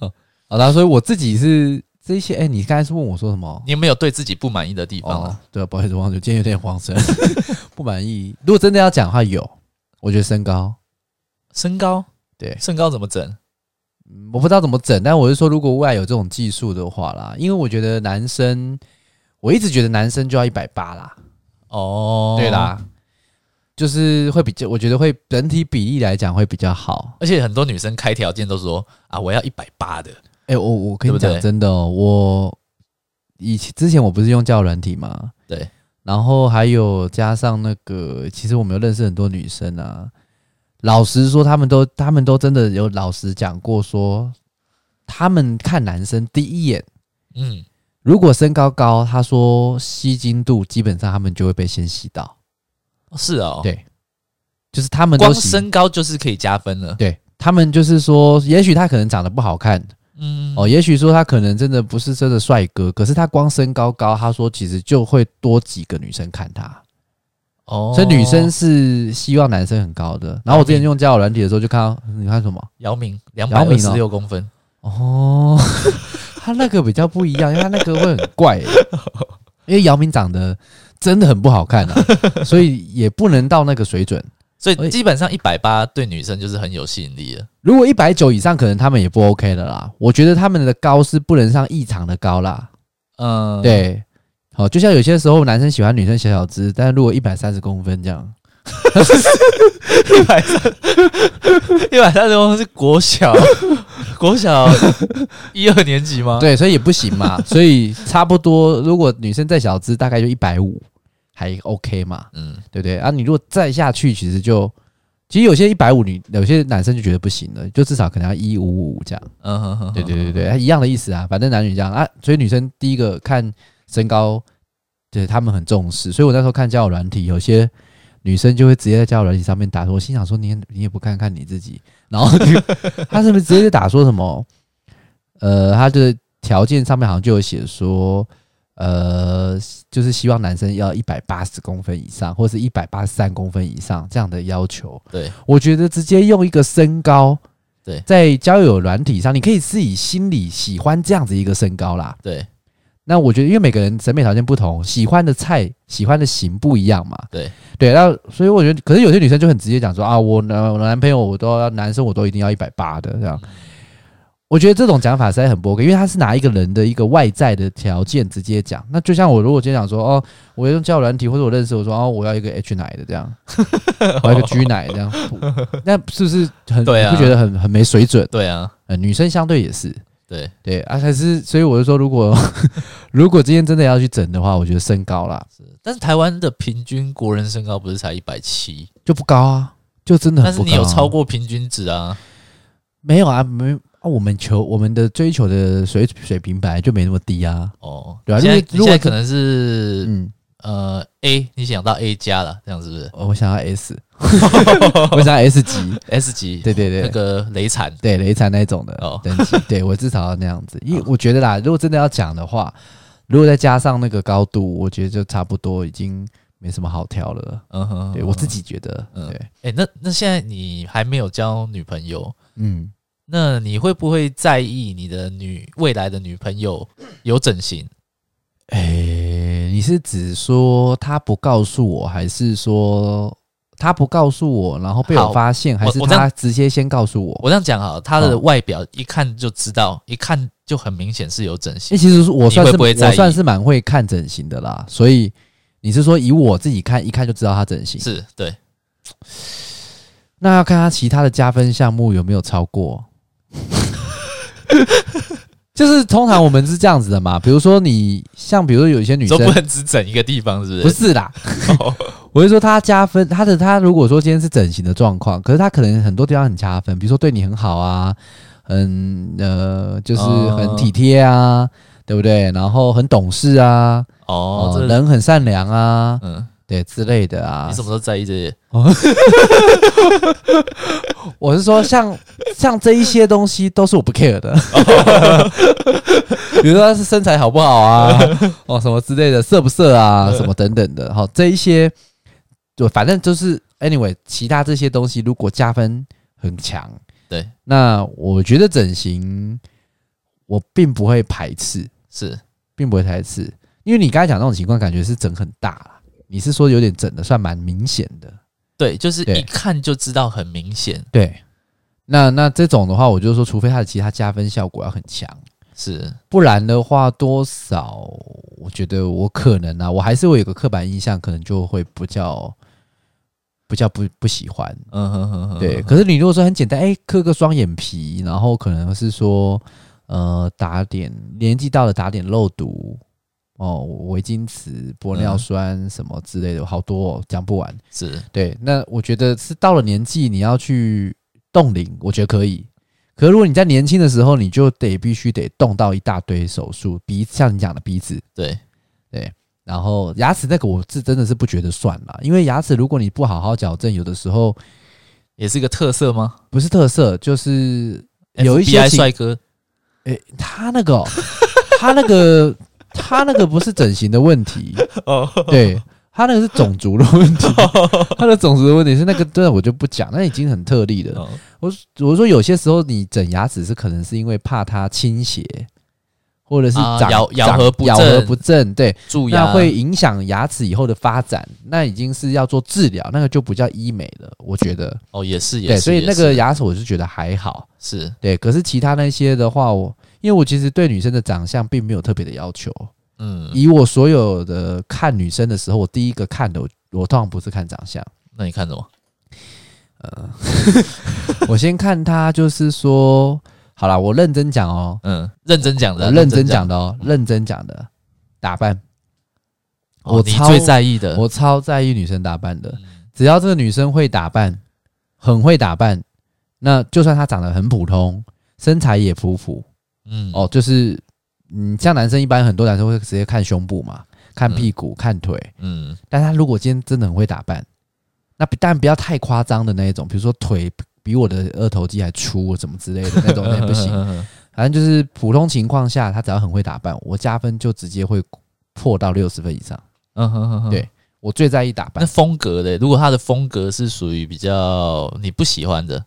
Speaker 2: 好啦，所以我自己是这一些，哎、你刚才是问我说什么？
Speaker 1: 你有没有对自己不满意的地方
Speaker 2: 哦
Speaker 1: 啊？，
Speaker 2: 对啊，不好意思，忘记，今天有点慌神， 不满意。如果真的要讲的话，有，我觉得身高，
Speaker 1: 身高，
Speaker 2: 对，
Speaker 1: 身高怎么整？
Speaker 2: 嗯我不知道怎么整，但我是说，如果未来有这种技术的话啦，因为我觉得男生，我一直觉得男生就要一百八啦，
Speaker 1: 哦，
Speaker 2: 对，啦，就是会比较，我觉得会整体比例来讲会比较好。
Speaker 1: 而且很多女生开条件都说啊，我要一百八的，
Speaker 2: 哎、我我
Speaker 1: 对
Speaker 2: 跟你
Speaker 1: 不
Speaker 2: 讲
Speaker 1: 对
Speaker 2: 真的、哦，我以前之前我不是用交友软体吗？
Speaker 1: 对，
Speaker 2: 然后还有加上那个，其实我们有认识很多女生啊。老实说，他们都他们都真的有老实讲过说，他们看男生第一眼，
Speaker 1: 嗯，
Speaker 2: 如果身高高，他说吸睛度，基本上他们就会被先吸到。
Speaker 1: 是哦，
Speaker 2: 对，就是他们都
Speaker 1: 光
Speaker 2: 喜
Speaker 1: 身高就是可以加分了，
Speaker 2: 对他们就是说，也许他可能长得不好看
Speaker 1: 嗯，
Speaker 2: 哦，也许说他可能真的不是真的帅哥，可是他光身高高，他说其实就会多几个女生看他。
Speaker 1: 哦嗯
Speaker 2: 所以女生是希望男生很高的。然后我之前用交友软体的时候，就看到嗯你看什么
Speaker 1: 姚明两百
Speaker 2: 姚
Speaker 1: 二
Speaker 2: 明
Speaker 1: 十
Speaker 2: 哦
Speaker 1: 六公分，
Speaker 2: 哦， 他那个比较不一样，因为他那个会很 怪耶、欸因为姚明长得真的很不好看 啊，所以也不能到那个水准。
Speaker 1: 所
Speaker 2: 哎
Speaker 1: 以基本上一百八对女生就是很有吸引力的。
Speaker 2: 如果一百九以上，可能他们也不 OK 的啦。我觉得他们的高是不能上异常的高啦。
Speaker 1: 嗯，，
Speaker 2: 对，好、就像有些时候男生喜欢女生小小只，但如果一百三十公分这样，
Speaker 1: 一百三，一百三十公分是国小， 国小一二年级吗？，
Speaker 2: 对，所以也不行嘛。所以差不多，如果女生再小只，大概就一百五，还 OK 嘛，
Speaker 1: 嗯，
Speaker 2: 对不对？啊，你如果再下去，其实就其实有些一百五女，有些男生就觉得不行了，就至少可能要一五五这样。
Speaker 1: 嗯哼哼，
Speaker 2: 对对对对，啊一样的意思啊，反正男女这样啊。所以女生第一个看身高，对他们很重视。所以我那时候看交友软体，有些。女生就会直接在交友软体上面打说，我心想说你也你也不看看你自己，然后就 他是不是直接就打说什么？呃，他的条件上面好像就有写说，呃，就是希望男生要一百八十公分以上，或是一百八十三公分以上这样的要求。
Speaker 1: 对，
Speaker 2: 我觉得直接用一个身高，
Speaker 1: 对
Speaker 2: 在交友软体上，你可以自己心里喜欢这样子一个身高啦。
Speaker 1: 对
Speaker 2: 那我觉得，因为每个人审美条件不同，喜欢的菜、喜欢的型不一样嘛。
Speaker 1: 对
Speaker 2: 对，那所以我觉得，可是有些女生就很直接讲说啊，我男我男朋友我都要男生我都一定要一百八的这样。
Speaker 1: 嗯
Speaker 2: 我觉得这种讲法实在很不 OK，因为他是拿一个人的一个外在的条件直接讲。那就像我如果今天讲说哦，我用交友软体或者我认识我说哦，我要一个 H 奶的这 样，我要一个 G 奶这样，那是不是很
Speaker 1: 对啊
Speaker 2: 你不觉得很很没水准？
Speaker 1: 对啊，
Speaker 2: 呃，女生相对也是，
Speaker 1: 对，
Speaker 2: 对啊，还是所以我就说，如果 如果今天真的要去整的话，我觉得身高啦
Speaker 1: 但是台湾的平均国人身高不是才一百七，
Speaker 2: 就不高啊，就真的
Speaker 1: 但是
Speaker 2: 很不高啊、
Speaker 1: 你有超过平均值啊，
Speaker 2: 没有啊，没啊，我们求我们的追求的水水平本来就没那么低啊。
Speaker 1: 哦，
Speaker 2: 对啊
Speaker 1: 现
Speaker 2: 如
Speaker 1: 在
Speaker 2: 果
Speaker 1: 你
Speaker 2: 如
Speaker 1: 现
Speaker 2: 果
Speaker 1: 在可能是
Speaker 2: 嗯，
Speaker 1: 呃 A，你想到 A 加了，这样是不 是
Speaker 2: 我想要 S，我想要 S 级，
Speaker 1: ？S 级，
Speaker 2: 对对对，
Speaker 1: 那个雷惨，
Speaker 2: 对雷残那种的
Speaker 1: 哦
Speaker 2: 等级，对我至少要那样 子，因为我觉得啦，如果真的要讲的话，如果再加上那个高度，我觉得就差不多已经没什么好挑了。
Speaker 1: 嗯哼，
Speaker 2: 对我自己觉得，
Speaker 1: 嗯
Speaker 2: 对，
Speaker 1: 哎、那那现在你还没有交女朋友，
Speaker 2: 嗯，
Speaker 1: 那你会不会在意你的女未来的女朋友有整形？
Speaker 2: 哎、你是指说他不告诉我，还是说他不告诉我，然后被
Speaker 1: 好
Speaker 2: 我发现，还
Speaker 1: 我
Speaker 2: 是
Speaker 1: 我这样
Speaker 2: 他直接先告诉我？
Speaker 1: 我这样讲哈，她的
Speaker 2: 嗯
Speaker 1: 外表一看就知道，一看就很明显是有整
Speaker 2: 因为
Speaker 1: 形。
Speaker 2: 其实是我
Speaker 1: 你
Speaker 2: 算
Speaker 1: 会
Speaker 2: 是
Speaker 1: 不会在意
Speaker 2: 我算是蛮会看整形的啦，所以你是说以我自己看，一看就知道他整形？
Speaker 1: 是对，
Speaker 2: 那要看他其他的加分项目有没有超过。 就是通常我们是这样子的嘛，比如说你像，比如说有一些女
Speaker 1: 都
Speaker 2: 生
Speaker 1: 不能只整一个地方，是
Speaker 2: 不
Speaker 1: 不是？
Speaker 2: 是啦，
Speaker 1: 哦
Speaker 2: 我是说他加分，他的他如果说今天是整形的状况，可是他可能很多地方很加分，比如说对你很好啊，很呃就是很体贴啊，对不对？然后很懂事啊，
Speaker 1: 哦，这
Speaker 2: 人很善良啊，
Speaker 1: 嗯，
Speaker 2: 对之类的啊
Speaker 1: 你什。么时候在意这些？
Speaker 2: 我是说像像这一些东西都是我不 care 的， 比如说他是身材好不好啊，哦什么之类的，色不色啊，什么等等的，好、这一些就反正就是 anyway，其他这些东西如果加分很强，
Speaker 1: 对，
Speaker 2: 那我觉得整形我并不会排斥，
Speaker 1: 是
Speaker 2: 并不会排斥，因为你刚才讲那种情况，感觉是整很大啦，你是说有点整的算蛮明显的，
Speaker 1: 对，就是
Speaker 2: 对
Speaker 1: 一看就知道，很明显
Speaker 2: 对，那那这种的话，我就说，除非它的其他加分效果要很强，
Speaker 1: 是
Speaker 2: 不然的话，多少我觉得我可能啊，我还是会有个刻板印象，可能就会比较比较不不喜欢。
Speaker 1: 嗯哼哼哼，
Speaker 2: 对，可是你如果说很简单，哎、刻个双眼皮，然后可能是说，呃，打点年纪到了打点肉毒，哦，维金词、玻尿
Speaker 1: 嗯
Speaker 2: 酸什么之类的，好多、哦、讲不完。
Speaker 1: 是
Speaker 2: 对，那我觉得是到了年纪，你要去冻龄，我觉得可以。可是如果你在年轻的时候，你就得必须得动到一大堆手术，鼻像你讲的鼻子，
Speaker 1: 对，
Speaker 2: 然后牙齿那个我是真的是不觉得算了，因为牙齿如果你不好好矫正，有的时候
Speaker 1: 也是一个特色吗？
Speaker 2: 不是特色，就是有一
Speaker 1: FBI
Speaker 2: 些情
Speaker 1: 帅哥
Speaker 2: 诶，他那个哦、他那个他那个不是整形的问题，
Speaker 1: 哦，
Speaker 2: 对他那个是种族的问题，他的种族的问题是那个，对我就不讲，那已经很特例了。
Speaker 1: 哦
Speaker 2: 我是我是说有些时候你整牙齿是可能是因为怕它倾斜，或者是
Speaker 1: 啊
Speaker 2: 长、
Speaker 1: 咬咬
Speaker 2: 长
Speaker 1: 合不
Speaker 2: 咬
Speaker 1: 正
Speaker 2: 合不正，对，
Speaker 1: 蛀
Speaker 2: 那
Speaker 1: 牙
Speaker 2: 会影响牙齿以后的发展，那已经是要做治疗，那个就不叫医美了，我觉得。
Speaker 1: 哦，也是也
Speaker 2: 对，
Speaker 1: 是，
Speaker 2: 所以
Speaker 1: 也
Speaker 2: 那
Speaker 1: 是
Speaker 2: 个牙齿我是觉得还好，
Speaker 1: 是
Speaker 2: 对。可是其他那些的话，我因为我其实对女生的长相并没有特别的要求，
Speaker 1: 嗯，
Speaker 2: 以我所有的看女生的时候，我第一个看的我我通常不是看长相。
Speaker 1: 那你看什么？
Speaker 2: 我先看他，就是说，好啦，我认真讲哦，
Speaker 1: 嗯，认真讲的，
Speaker 2: 我认真
Speaker 1: 讲
Speaker 2: 讲的哦，认真讲的打扮，
Speaker 1: 哦
Speaker 2: 我
Speaker 1: 你
Speaker 2: 超
Speaker 1: 最在意的，
Speaker 2: 我超在意女生打扮的。
Speaker 1: 嗯
Speaker 2: 只要这个女生会打扮，很会打扮，那就算她长得很普通，身材也普普
Speaker 1: 嗯
Speaker 2: 哦，就是嗯，像男生一般很多男生会直接看胸部嘛，看屁股、看腿，
Speaker 1: 嗯
Speaker 2: 但她如果今天真的很会打扮，那不但不要太夸张的那一种，比如说腿比我的二头肌还粗什么之类的那种，那也不行。反正就是普通情况下，他只要很会打扮，我加分就直接会破到六十分以上。
Speaker 1: 嗯哼哼哼，
Speaker 2: 对我最在意打扮
Speaker 1: 那，风格嘞，如果他的风格是属于比较你不喜欢的，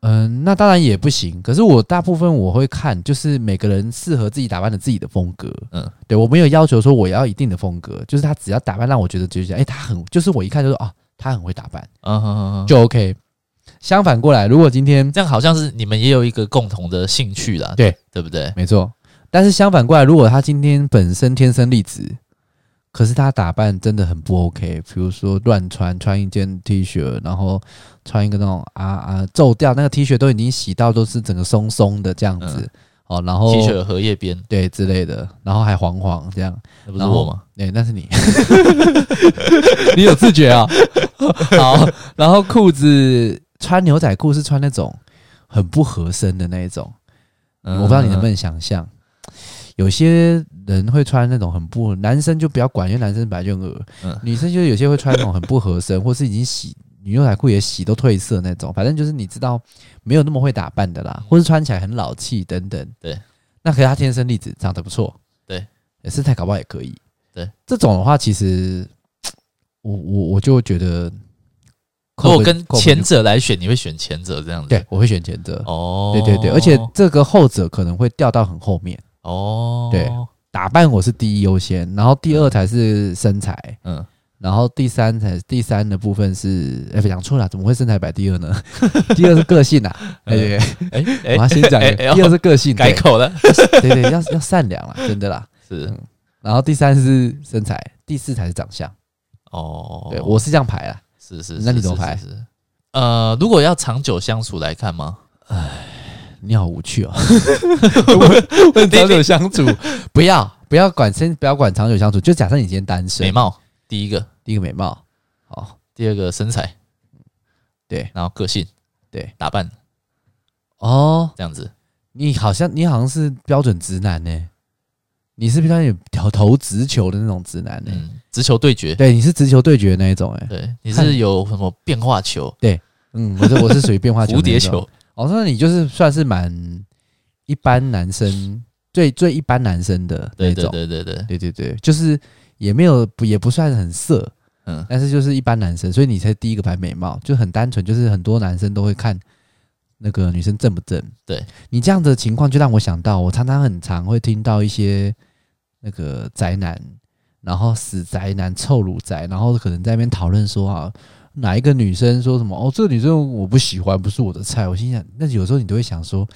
Speaker 2: 嗯、那当然也不行。可是我大部分我会看，就是每个人适合自己打扮的自己的风格。
Speaker 1: 嗯
Speaker 2: 嗯，对我没有要求说我要一定的风格，就是他只要打扮让我觉得就是，哎、他很，就是我一看就说啊，他很会打扮，
Speaker 1: 嗯哼哼哼，
Speaker 2: 就 OK。相反过来，如果今天
Speaker 1: 这样好像是你们也有一个共同的兴趣啦，
Speaker 2: 对
Speaker 1: 对不对？
Speaker 2: 没错，但是相反过来，如果他今天本身天生丽质，可是他打扮真的很不 OK，比如说乱穿，穿一件 T 恤，然后穿一个那种啊啊皱掉，那个 T 恤都已经洗到都是整个松松的这样子、
Speaker 1: 嗯
Speaker 2: 哦，然
Speaker 1: T
Speaker 2: 后
Speaker 1: 恤有荷叶边，
Speaker 2: 对之类的，然后还黄黄这样，
Speaker 1: 那不是
Speaker 2: 然后
Speaker 1: 我吗？？
Speaker 2: 对、那是你， 你有自觉啊、 好，然后裤子穿牛仔裤是穿那种很不合身的那一种。我不知道你能
Speaker 1: 嗯
Speaker 2: 不能想象，有些人会穿那种很不，男生就不要管，因为男生本来就很恶，
Speaker 1: 嗯
Speaker 2: 女生就有些会穿那种很不合身，或是已经洗女牛仔裤也洗都褪色那种，反正就是你知道没有那么会打扮的啦，或是穿起来很老气等等。
Speaker 1: 对，
Speaker 2: 那可是他天生丽质，长得不错，
Speaker 1: 对，
Speaker 2: 身材搞不好也可以。
Speaker 1: 对，
Speaker 2: 这种的话，其实我我我就觉得
Speaker 1: 如
Speaker 2: 扣
Speaker 1: 果
Speaker 2: 分
Speaker 1: 跟
Speaker 2: 扣分
Speaker 1: 前
Speaker 2: 就
Speaker 1: 者来选，你会选前者这样子？
Speaker 2: 对，我会选前者。
Speaker 1: 哦，
Speaker 2: 对对对，而且这个后者可能会掉到很后面。
Speaker 1: 哦，
Speaker 2: 对打扮我是第一优先，然后第二才是身材，
Speaker 1: 嗯，
Speaker 2: 然后第三才第三的部分是，哎、讲错了，怎么会身材摆第二呢？ 第二是个性啊，哎、
Speaker 1: 嗯
Speaker 2: 对，
Speaker 1: 哎
Speaker 2: 我要
Speaker 1: 哎，
Speaker 2: 先讲一
Speaker 1: 哎哎
Speaker 2: 个，第二是个性，
Speaker 1: 改
Speaker 2: 对
Speaker 1: 口了，
Speaker 2: 对对，要要善 良啦，啊真的啦。
Speaker 1: 是
Speaker 2: 嗯然后第三是身材，第四才是长相。
Speaker 1: 哦，
Speaker 2: 对，我是这样排啊啦。
Speaker 1: 是是，
Speaker 2: 那你怎么
Speaker 1: 是
Speaker 2: 排？
Speaker 1: 是是是呃，如果要长久相处来看吗？
Speaker 2: 你好无 趣哦， 问问长久相处，不要不要管身，不要管长久相处，就假设你今天单
Speaker 1: 美
Speaker 2: 身，
Speaker 1: 貌第一个，
Speaker 2: 第一个美貌，好，
Speaker 1: 第二个身材，
Speaker 2: 对，
Speaker 1: 然后个性，
Speaker 2: 对，
Speaker 1: 打扮
Speaker 2: 哦，
Speaker 1: 这样子，
Speaker 2: 你好像你好像是标准直男呢、你是标准投投直球的那种直男呢、欸
Speaker 1: 嗯，直球对决，
Speaker 2: 对，你是直球对决的那一种哎、
Speaker 1: 对，你
Speaker 2: 看
Speaker 1: 是有什么变化球、
Speaker 2: 嗯，我是我是属于变 化球，
Speaker 1: 蝴蝶球，
Speaker 2: 哦，那你就是算是蛮一般男生最最一般男生的那
Speaker 1: 对
Speaker 2: 种，
Speaker 1: 对对对嗯对，
Speaker 2: 对对对就是也没有不也不算很色，
Speaker 1: 嗯，
Speaker 2: 但是就是一般男生，所以你才第一个排美貌，就很单纯，就是很多男生都会看那个女生正不正。
Speaker 1: 对
Speaker 2: 你这样的情况，就让我想到，我常常很常会听到一些那个宅男，然后死宅男、臭乳宅，然后可能在那边讨论说啊。哪一个女生说什么？哦，这个女生我不喜欢，不是我的菜。我心想，那有时候你都会想说，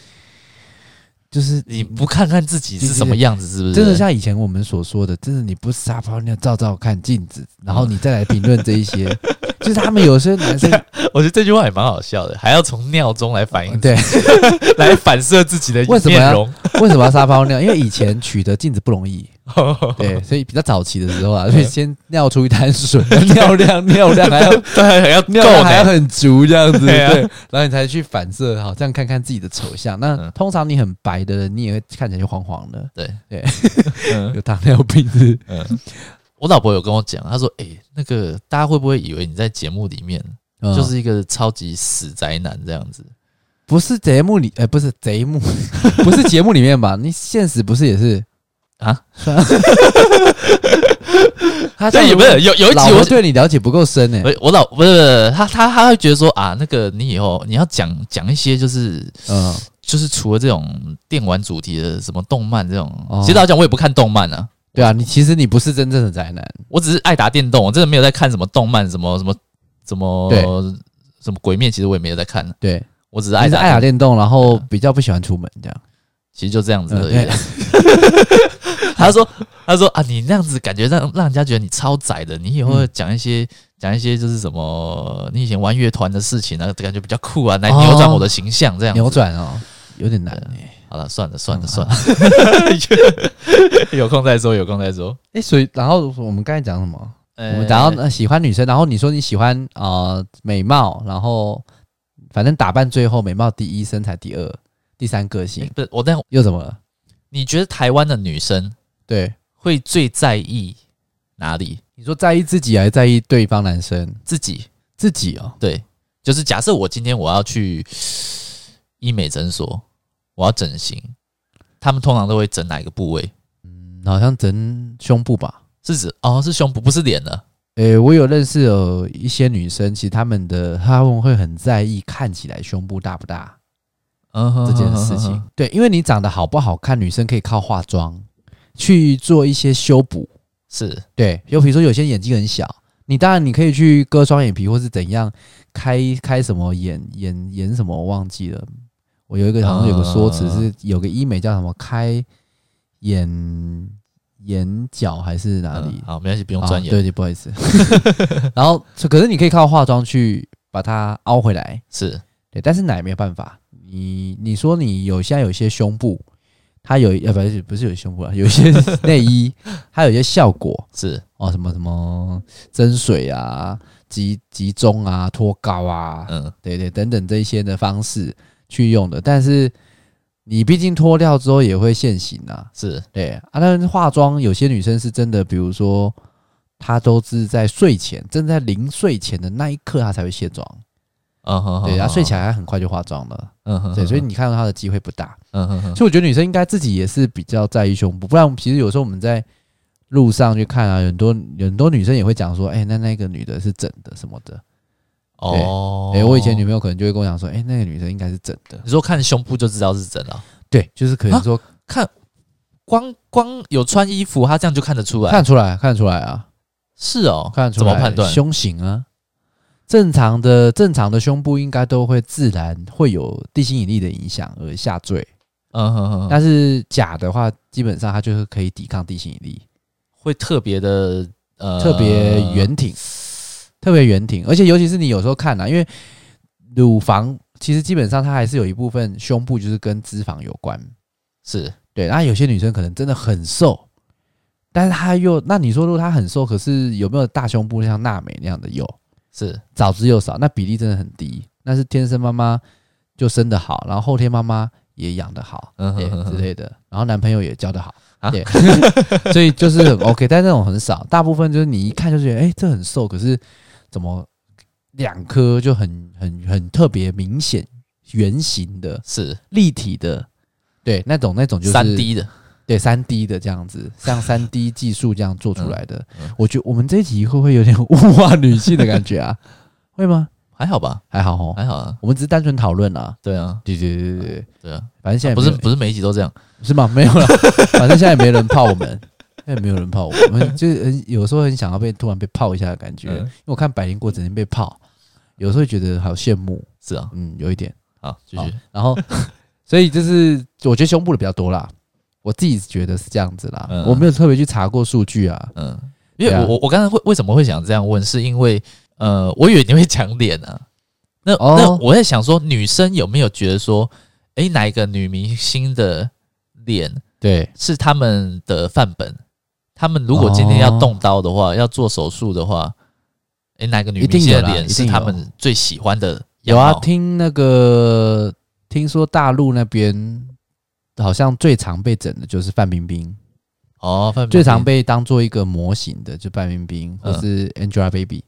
Speaker 2: 就是
Speaker 1: 你不看看自己是什么样子，是不是？
Speaker 2: 真的像以前我们所说的，真的你不撒泡尿照照看镜子，然后你再来评论这 一些，就是他们有些男生
Speaker 1: 我觉得这句话也蛮好笑的，还要从尿中来 反映，
Speaker 2: 对
Speaker 1: 来反射自己的
Speaker 2: 为什么
Speaker 1: 面
Speaker 2: 要
Speaker 1: 容。
Speaker 2: 为什么要撒泡尿？因为以前取得镜子不 容易， 对，所以比较早期的时候啊，所以先尿出一滩水，尿量尿 量还要
Speaker 1: 对，还要
Speaker 2: 尿量
Speaker 1: 够
Speaker 2: 还要
Speaker 1: 呢。
Speaker 2: 很足这样子，
Speaker 1: 对
Speaker 2: 对
Speaker 1: 啊，
Speaker 2: 然后你才去反射，好这样看看自己的丑相。那
Speaker 1: 嗯
Speaker 2: 通常你很白的人，你也会看起来就黄黄的，
Speaker 1: 对
Speaker 2: 对，
Speaker 1: 嗯
Speaker 2: 有糖尿病是不是
Speaker 1: 嗯，我老婆有跟我讲，她说：“哎、那个大家会不会以为你在节目里面
Speaker 2: 嗯
Speaker 1: 就是一个超级死宅男这样子？
Speaker 2: 不是节目里，呃，不是节目， 不是节目里面吧？你现实不是也是
Speaker 1: 啊？
Speaker 2: 他
Speaker 1: 但也不是有有一
Speaker 2: 老
Speaker 1: 集
Speaker 2: 婆
Speaker 1: 我
Speaker 2: 对你了解不够深呢、
Speaker 1: 我我老不是不是他他他会觉得说啊，那个你以后你要讲讲一些就是
Speaker 2: 嗯，
Speaker 1: 就是除了这种电玩主题的什么动漫这种，
Speaker 2: 哦
Speaker 1: 其实老实讲我也不看动漫啊，
Speaker 2: 对啊，你其实你不是真正的宅男，
Speaker 1: 我只是爱打电动，我真的没有在看什么动漫什么什么什
Speaker 2: 对
Speaker 1: 么什么鬼面，其实我也没有在看，
Speaker 2: 对，
Speaker 1: 我只是
Speaker 2: 你
Speaker 1: 爱
Speaker 2: 是
Speaker 1: 打
Speaker 2: 爱打电动，然后比较不喜欢出门这样。
Speaker 1: 其实就这样子
Speaker 2: 嗯
Speaker 1: 而已。 他说：“他说啊，你那样子感觉让让人家觉得你超窄的，你以后
Speaker 2: 嗯
Speaker 1: 讲一些讲、一些就是什么，你以前玩乐团的事情啊，感觉比较酷啊，来扭转我的形象嗯这样子。
Speaker 2: 扭转哦，有点难哎、
Speaker 1: 好了，算了算了算了， 有空再说，有空再说。
Speaker 2: 哎、所以然后我们刚才讲什么？
Speaker 1: 呃
Speaker 2: 我们讲到、呃、喜欢女生，然后你说你喜欢呃美貌，然后反正打扮最后，美貌第一，身材第二，第三个性
Speaker 1: 不是我，但
Speaker 2: 又怎么了？
Speaker 1: 你觉得台湾的女生
Speaker 2: 对，
Speaker 1: 会最在意哪里？
Speaker 2: 你说在意自己还是在意对方男生？
Speaker 1: 自己
Speaker 2: 自己哦，
Speaker 1: 对，就是假设我今天我要去医美诊所，我要整形，他们通常都会整哪一个部位？
Speaker 2: 嗯好像整胸部吧。
Speaker 1: 是指哦，是胸部，不是脸了。
Speaker 2: 诶、我有认识有一些女生，其实她们的她们会很在意看起来胸部大不大
Speaker 1: 嗯哼
Speaker 2: 这件事情。对，因为你长得好不好看，女生可以靠化妆去做一些修补。
Speaker 1: 是
Speaker 2: 对，就比如说有些眼睛很小，你当然你可以去割双眼皮或是怎样，开开什么眼眼眼什么我忘记了。我有一个好像有个说辞
Speaker 1: 啊
Speaker 2: 是有个医美叫什么开眼眼角还是哪里
Speaker 1: 嗯？好，没关系，不用
Speaker 2: 啊
Speaker 1: 钻研。
Speaker 2: 对对，不好意思。 然后可是你可以靠化妆去把它凹回来，
Speaker 1: 是
Speaker 2: 对，但是奶没有办法。你你说你有现在有些胸部，它有呃不是不是有胸部啊，有一些内衣，它有一些效果
Speaker 1: 是，
Speaker 2: 哦，什么什么增水啊、集集中啊、托高啊，
Speaker 1: 嗯，
Speaker 2: 对对等等这一些的方式去用的，但是。你毕竟脱掉之后也会现形啊，
Speaker 1: 是
Speaker 2: 对啊，但是化妆有些女生是真的，比如说她都是在睡前，正在临睡前的那一刻她才会卸妆，
Speaker 1: 嗯哼，
Speaker 2: 对，她睡起
Speaker 1: 来，
Speaker 2: 来她很快就化妆了，
Speaker 1: 嗯哼，
Speaker 2: 对，所以
Speaker 1: 嗯
Speaker 2: 你看到她的机会不大，
Speaker 1: 嗯哼哼，
Speaker 2: 所以我觉得女生应该自己也是比较在意胸部，不然我们其实有时候我们在路上去看啊，很多很多女生也会讲说，哎、那那个女的是整的什么的，
Speaker 1: 哦，
Speaker 2: 哎、我以前女朋友可能就会跟我讲说，哎、那个女生应该是整的，
Speaker 1: 你说看胸部就知道是真的哦、
Speaker 2: 对，就是可能说
Speaker 1: 光光有穿衣服，他这样就看得出来。
Speaker 2: 看出来，看出来啊，
Speaker 1: 是哦，
Speaker 2: 看得出
Speaker 1: 怎
Speaker 2: 来
Speaker 1: 么判断？
Speaker 2: 胸型啊？正常的正常的胸部应该都会自然会有地心引力的影响而下坠，
Speaker 1: 嗯哼哼哼，
Speaker 2: 但是假的话，基本上它就是可以抵抗地心引力，
Speaker 1: 会特别的呃，
Speaker 2: 特别圆挺，特别圆挺，而且尤其是你有时候看啊，因为乳房其实基本上它还是有一部分胸部就是跟脂肪有关，
Speaker 1: 是
Speaker 2: 对，那有些女生可能真的很瘦，但是她又那你说如果她很瘦，可是有没有大胸部像娜美那样的有？
Speaker 1: 是
Speaker 2: 早知又少，那比例真的很低。那是天生妈妈就生的好，然后后天妈妈也养的好，
Speaker 1: 嗯
Speaker 2: 对
Speaker 1: 哼哼哼
Speaker 2: 之类的，然后男朋友也交的好，
Speaker 1: 啊
Speaker 2: 对， 所以就是很 OK，但那种很少，大部分就是你一看就觉得，哎、这很瘦，可是怎么两颗就很很很特别明显圆形的
Speaker 1: 是
Speaker 2: 立体的，对，那种那种就是
Speaker 1: 三 D 的，
Speaker 2: 对三 D 的这样子，像三 D 技术这样做出来的。
Speaker 1: 嗯嗯
Speaker 2: 我觉得我们这一集会不会有点物化女性的感觉啊？ 会吗？
Speaker 1: 还好吧，
Speaker 2: 还好哦，
Speaker 1: 还好啊，
Speaker 2: 我们只是单纯讨论啦。
Speaker 1: 对啊，
Speaker 2: 对对对对对，
Speaker 1: 对啊，
Speaker 2: 反正现在
Speaker 1: 不是
Speaker 2: 没有
Speaker 1: 不是每一集都这样，
Speaker 2: 是吗？没有了， 反正现在没人泡我们，现在没有人泡我们，我们就是很有时候很想要被突然被泡一下的感觉。
Speaker 1: 嗯
Speaker 2: 因为我看百灵果整天被泡，有时候会觉得好羡慕，
Speaker 1: 是啊，
Speaker 2: 嗯，有一点。
Speaker 1: 好，继
Speaker 2: 好
Speaker 1: 续，
Speaker 2: 然后， 所以就是我觉得胸部的比较多啦，我自己觉得是这样子啦，
Speaker 1: 嗯
Speaker 2: 我没有特别去查过数据啊。
Speaker 1: 嗯，因为
Speaker 2: 对啊
Speaker 1: 我我我刚才会为什么会想这样问，是因为呃，我以为你会讲脸啊，那、
Speaker 2: 哦
Speaker 1: 那我在想说，女生有没有觉得说，诶，哪一个女明星的脸
Speaker 2: 对，
Speaker 1: 是他们的范本？他们如果今天要动刀的话，要做手术的话，诶，哪个女明星的脸
Speaker 2: 哦一定
Speaker 1: 是
Speaker 2: 有啦
Speaker 1: 他们最喜欢的
Speaker 2: 有
Speaker 1: 样貌？
Speaker 2: 啊，听那个听说大陆那边好像最常被整的就是范冰冰，
Speaker 1: 哦，范本
Speaker 2: 最常，被当做一个模型的就范冰冰或
Speaker 1: 嗯
Speaker 2: 是 Angelababy。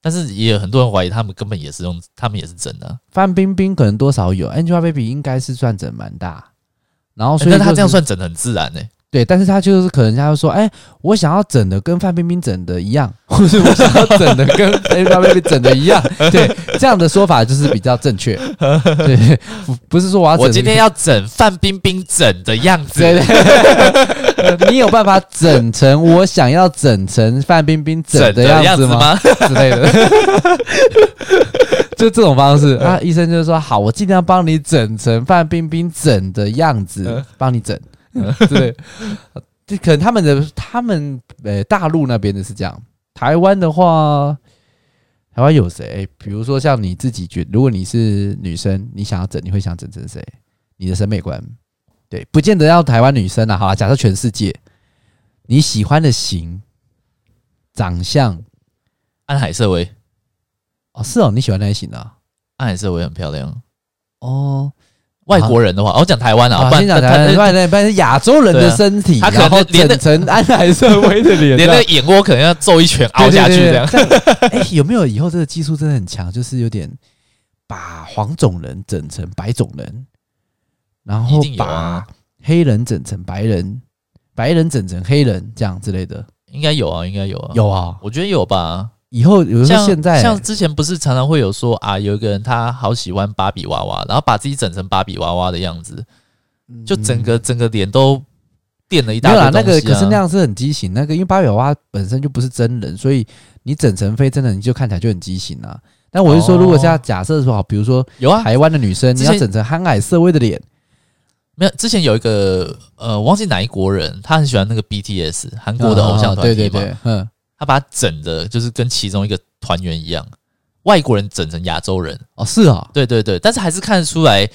Speaker 1: 但是也有很多人怀疑他们根本也是用，他们也是真的啊。
Speaker 2: 范冰冰可能多少有，Angelababy 应该是算整蛮大。然后
Speaker 1: 诶
Speaker 2: 哦所以、
Speaker 1: 哎但他这样算整的很自然欸呢、
Speaker 2: 对，但是他就是可能人家就说，哎、我想要整的跟范冰冰整的一样， 或是我想要整的跟 Angelababy 整的一样，对，这样的说法就是比较正确。对，不不是说我要啊整
Speaker 1: 我
Speaker 2: 的
Speaker 1: 今天要整范冰冰整的样子，
Speaker 2: 对对 对，你有办法整成我想要整成范冰冰 整的样
Speaker 1: 样
Speaker 2: 子吗？
Speaker 1: 吗？
Speaker 2: 之类的， 就这种方式啊。
Speaker 1: 嗯
Speaker 2: 医生就说：“好，我尽量帮你整成范冰冰整的样子
Speaker 1: 嗯，
Speaker 2: 帮你整。”嗯对， 这可能他们的他们呃大陆那边的是这样，台湾的话。台湾有谁？比如说像你自己觉，如果你是女生，你想要整，你会想整成谁？你的审美观，对，不见得要台湾女生啊。好啦假设全世界你喜欢的型、长相
Speaker 1: 安海瑟薇，
Speaker 2: 哦，是哦，你喜欢那一型的啊、
Speaker 1: 安海瑟薇很漂亮。
Speaker 2: 哦。
Speaker 1: 外国人的话，哦我讲台湾啊，
Speaker 2: 啊，
Speaker 1: 不
Speaker 2: 先
Speaker 1: 然
Speaker 2: 讲
Speaker 1: 他
Speaker 2: 台湾那半是亚洲人的身体，
Speaker 1: 对啊他可
Speaker 2: 然
Speaker 1: 能
Speaker 2: 后
Speaker 1: 连
Speaker 2: 整成安海瑟薇 的脸，
Speaker 1: 连那个眼窝可能要揍一拳凹下去这样。
Speaker 2: 对。对对对这样哎，有没有以后这个技术真的很强，就是有点把黄种人整成白种人，然后
Speaker 1: 一定有啊
Speaker 2: 把黑人整成白人，白人整成黑人这样之类的，
Speaker 1: 应该有啊，应该有啊，，
Speaker 2: 有啊。
Speaker 1: 我觉得有吧。
Speaker 2: 以后有时
Speaker 1: 像
Speaker 2: 候现在
Speaker 1: 像之前不是常常会有说啊，有一个人他好喜欢芭比娃娃，然后把自己整成芭比娃娃的样子，就整个整个脸都垫了一
Speaker 2: 嗯没有啦
Speaker 1: 大，堆
Speaker 2: 那
Speaker 1: 东西
Speaker 2: 个
Speaker 1: 啊。
Speaker 2: 可是那样是很畸形。那个因为芭比娃娃本身就不是真人，所以你整成非真人，你就看起来就很畸形啊。但我是说，
Speaker 1: 哦
Speaker 2: 如果像假设说好，比如说
Speaker 1: 有啊，
Speaker 2: 台湾的女生，你
Speaker 1: 之
Speaker 2: 要
Speaker 1: 前
Speaker 2: 整成憨矮社会的脸，
Speaker 1: 没有之前有一个呃，忘记哪一国人，他很喜欢那个 BTS 韩国的偶像
Speaker 2: 啊
Speaker 1: 团体嘛，
Speaker 2: 对对对，嗯，
Speaker 1: 他把它整的，就是跟其中一个团员一样，外国人整成亚洲人，
Speaker 2: 哦是哦，
Speaker 1: 对对对，但是还是看得出来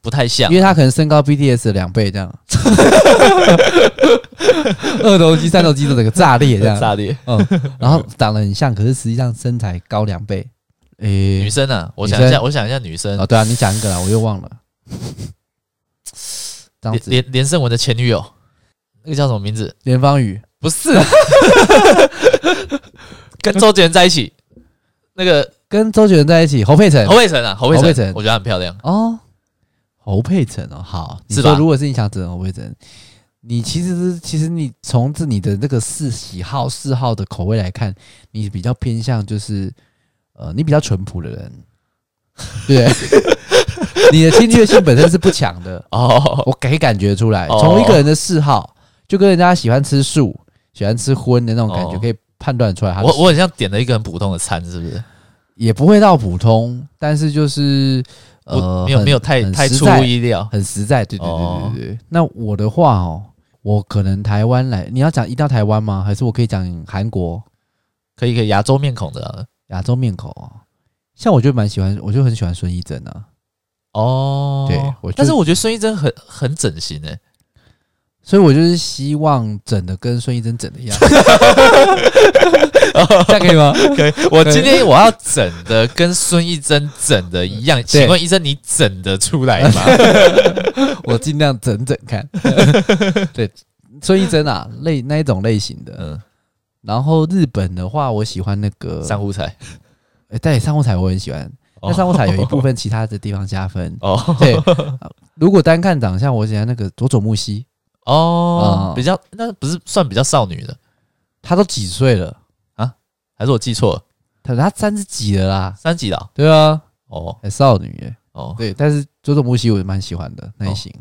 Speaker 1: 不太像
Speaker 2: 因，为她可能身高 BTS 的两倍这样， 二头肌、三头肌的整个炸裂这 样，
Speaker 1: 炸裂。
Speaker 2: 嗯，然后长得很像，可是实际上身材高两倍。诶、
Speaker 1: 女生啊，我
Speaker 2: 女
Speaker 1: 想一下，
Speaker 2: 生
Speaker 1: 我想一下女生，
Speaker 2: 哦对啊，你讲一个啦，我又忘了，张
Speaker 1: 连
Speaker 2: 子
Speaker 1: 连连胜文的前女友，那个叫什么名字？
Speaker 2: 连方宇。
Speaker 1: 不是，跟周杰伦在一起，那 个
Speaker 2: 跟周杰伦在一起，侯佩岑
Speaker 1: 侯佩岑啊，侯佩
Speaker 2: 侯佩
Speaker 1: 岑
Speaker 2: 岑，
Speaker 1: 我觉得她很漂亮。
Speaker 2: 哦，侯佩岑哦，好，你
Speaker 1: 是
Speaker 2: 说
Speaker 1: 吧
Speaker 2: 如果是你想整侯佩岑，你其实是其实你从自你的那个嗜喜好嗜好的口味来看，你比较偏向就是呃，你比较淳朴的人， 对，你的侵略性本身是不强的，
Speaker 1: 哦，
Speaker 2: 我可以感觉出来。
Speaker 1: 哦
Speaker 2: 从一个人的嗜好，就跟人家喜欢吃素、喜欢吃荤的那种感觉，
Speaker 1: 哦
Speaker 2: 可以判断出来他的
Speaker 1: 我我很像点了一个很普通的餐，是不是？
Speaker 2: 也不会到普通，但是就是呃
Speaker 1: 我，没有
Speaker 2: 很
Speaker 1: 没有太
Speaker 2: 很
Speaker 1: 太
Speaker 2: 实
Speaker 1: 出
Speaker 2: 在
Speaker 1: 乎意料。
Speaker 2: 很实在，对对对
Speaker 1: 哦
Speaker 2: 对对对。那我的话哦，我可能台湾来，你要讲一定要台湾吗？还是我可以讲韩国
Speaker 1: 可以可以，亚洲面孔的啊
Speaker 2: 亚洲面孔哦？像我就蛮喜欢，我就很喜欢孙艺珍啊。
Speaker 1: 哦，
Speaker 2: 对我就
Speaker 1: 但是我觉得孙艺珍很很整形欸 诶、
Speaker 2: 所以我就是希望整的跟孙艺珍整的一 样，这样可以吗？
Speaker 1: 可以，我今天我要整的跟孙艺珍整的一样，请问医生你整得出来 吗？
Speaker 2: 我尽量整整看。 对，孙艺珍啊，类那一种类型的。
Speaker 1: 嗯，
Speaker 2: 然后日本的话，我喜欢那个，
Speaker 1: 珊瑚彩，。
Speaker 2: 诶对，珊瑚彩我很喜欢。那珊瑚彩有一部分其他的地方加分
Speaker 1: 哦
Speaker 2: 对，如果单看长相，我喜欢那个佐佐木希，
Speaker 1: 哦
Speaker 2: 嗯，
Speaker 1: 比较那不是算比较少女的，
Speaker 2: 她都几岁了？
Speaker 1: 还是我记错了？
Speaker 2: 她她三十几了啦。
Speaker 1: 三级的啊
Speaker 2: 对啊，
Speaker 1: 哦
Speaker 2: 还少女耶。
Speaker 1: 哦，
Speaker 2: 对，但是佐佐木希我也蛮喜欢的类型。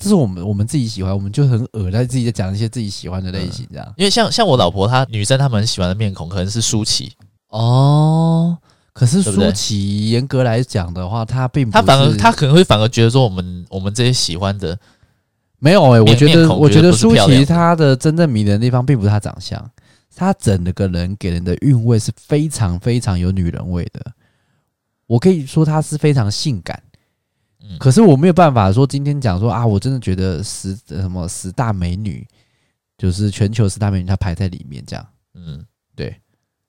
Speaker 2: 这是我们我们自己喜欢，我们就很恶在自己在讲一些自己喜欢的类型这样。
Speaker 1: 因为像像我老婆她女生她们很喜欢的面孔可能是舒淇，
Speaker 2: 哦，可是
Speaker 1: 对不对
Speaker 2: 舒淇严格来讲的话，她并不
Speaker 1: 她反而
Speaker 2: 是
Speaker 1: 她可能会反而觉得说我们我们这些喜欢的
Speaker 2: 没有哎、我
Speaker 1: 面
Speaker 2: 觉
Speaker 1: 面
Speaker 2: 得
Speaker 1: 孔
Speaker 2: 我
Speaker 1: 觉
Speaker 2: 觉
Speaker 1: 得
Speaker 2: 得
Speaker 1: 不是
Speaker 2: 舒
Speaker 1: 漂亮
Speaker 2: 淇
Speaker 1: 的
Speaker 2: 她的真正迷人的地方，并不是她长相，是她整个人给人的韵味是非常非常有女人味的。我可以说她是非常性感，
Speaker 1: 嗯
Speaker 2: 可是我没有办法说今天讲说啊，我真的觉得十呃什么十大美女，就是全球十大美女，她排在里面这样。
Speaker 1: 嗯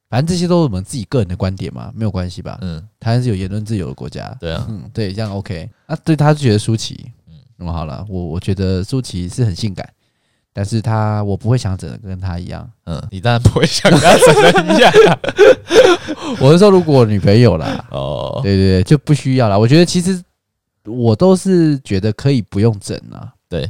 Speaker 2: 反正这些都是我们自己个人的观点嘛，没有关系吧？
Speaker 1: 嗯
Speaker 2: 台湾是有言论自由的国家，
Speaker 1: 对啊，
Speaker 2: 嗯，对，这样 OK。啊，对，他就觉得舒淇，
Speaker 1: 嗯
Speaker 2: 嗯，那好了，我我觉得舒淇是很性感，但是她我不会想整的跟她一 样。
Speaker 1: 嗯，你当然不会像她长得一 样
Speaker 2: 我是说，如果我女朋友啦，
Speaker 1: 哦，
Speaker 2: 对对对，就不需要啦。我觉得其实我都是觉得可以不用整啊，
Speaker 1: 对，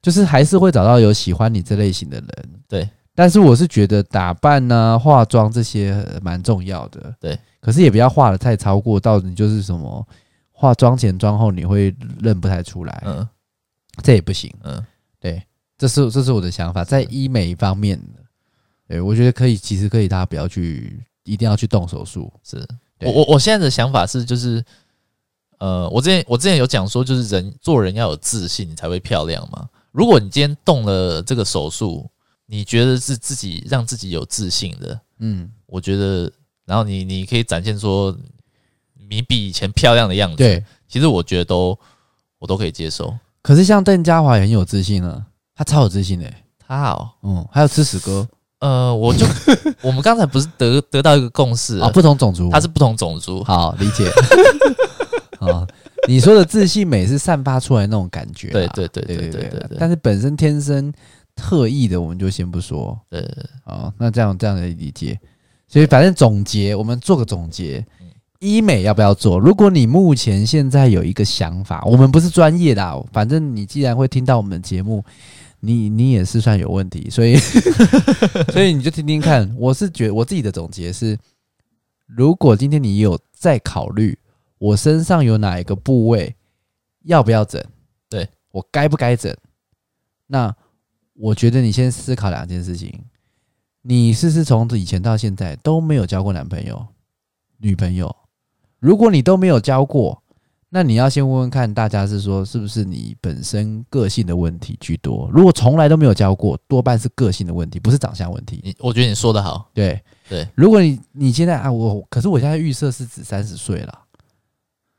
Speaker 2: 就是还是会找到有喜欢你这类型的人，
Speaker 1: 对。
Speaker 2: 但是我是觉得打扮呢、化妆这些呃蛮重要的，
Speaker 1: 对。
Speaker 2: 可是也不要化的太超过，到你就是什么化妆前妆后你会认不太出来，
Speaker 1: 嗯
Speaker 2: 这也不行。
Speaker 1: 嗯
Speaker 2: 对，这是这是我的想法，在医美方面的，对我觉得可以，其实可以，大家不要去，一定要去动手术。
Speaker 1: 是。
Speaker 2: 对
Speaker 1: 我我我现在的想法是，就是，呃，我之前我之前有讲说，就是人做人要有自信，你才会漂亮嘛。如果你今天动了这个手术，你觉得是自己让自己有自信的，
Speaker 2: 嗯，
Speaker 1: 我觉得，然后你你可以展现说你比以前漂亮的样子，，
Speaker 2: 对。
Speaker 1: 其实我觉得都我都可以接受。
Speaker 2: 可是像邓家华也很有自信啊，他超有自信的、
Speaker 1: 他哦，
Speaker 2: 嗯，还有吃屎哥
Speaker 1: 呃，我就 我们刚才不是得得到一个共识了
Speaker 2: 啊，不同种族，
Speaker 1: 他是不同种族，
Speaker 2: 好理 解。啊，你说的自信美是散发出来那种感觉啊啦，
Speaker 1: 对对对对
Speaker 2: 对
Speaker 1: 对对
Speaker 2: 对
Speaker 1: 对
Speaker 2: 但是本身天生特异的，我们就先不说。
Speaker 1: 对，
Speaker 2: 哦，那这样这样的理解，所以反正总结，我们做个总结。
Speaker 1: 嗯
Speaker 2: 医美要不要做？如果你目前现在有一个想法，我们不是专业的啊，反正你既然会听到我们的节目，你你也是算有问题，所以 所以你就听听看。我是觉我自己的总结是，如果今天你有在考虑我身上有哪一个部位要不要整，
Speaker 1: 对
Speaker 2: 我该不该整，那我觉得你先思考两件事情。你是不是从以前到现在都没有交过男朋友、女朋友？如果你都没有交过，那你要先问问看大家是说是不是你本身个性的问题居多？如果从来都没有交过，多半是个性的问题，不是长相问题。
Speaker 1: 你我觉得你说的好，
Speaker 2: 对
Speaker 1: 对，
Speaker 2: 如果你你现在啊，我可是我现在预设是指三十岁了。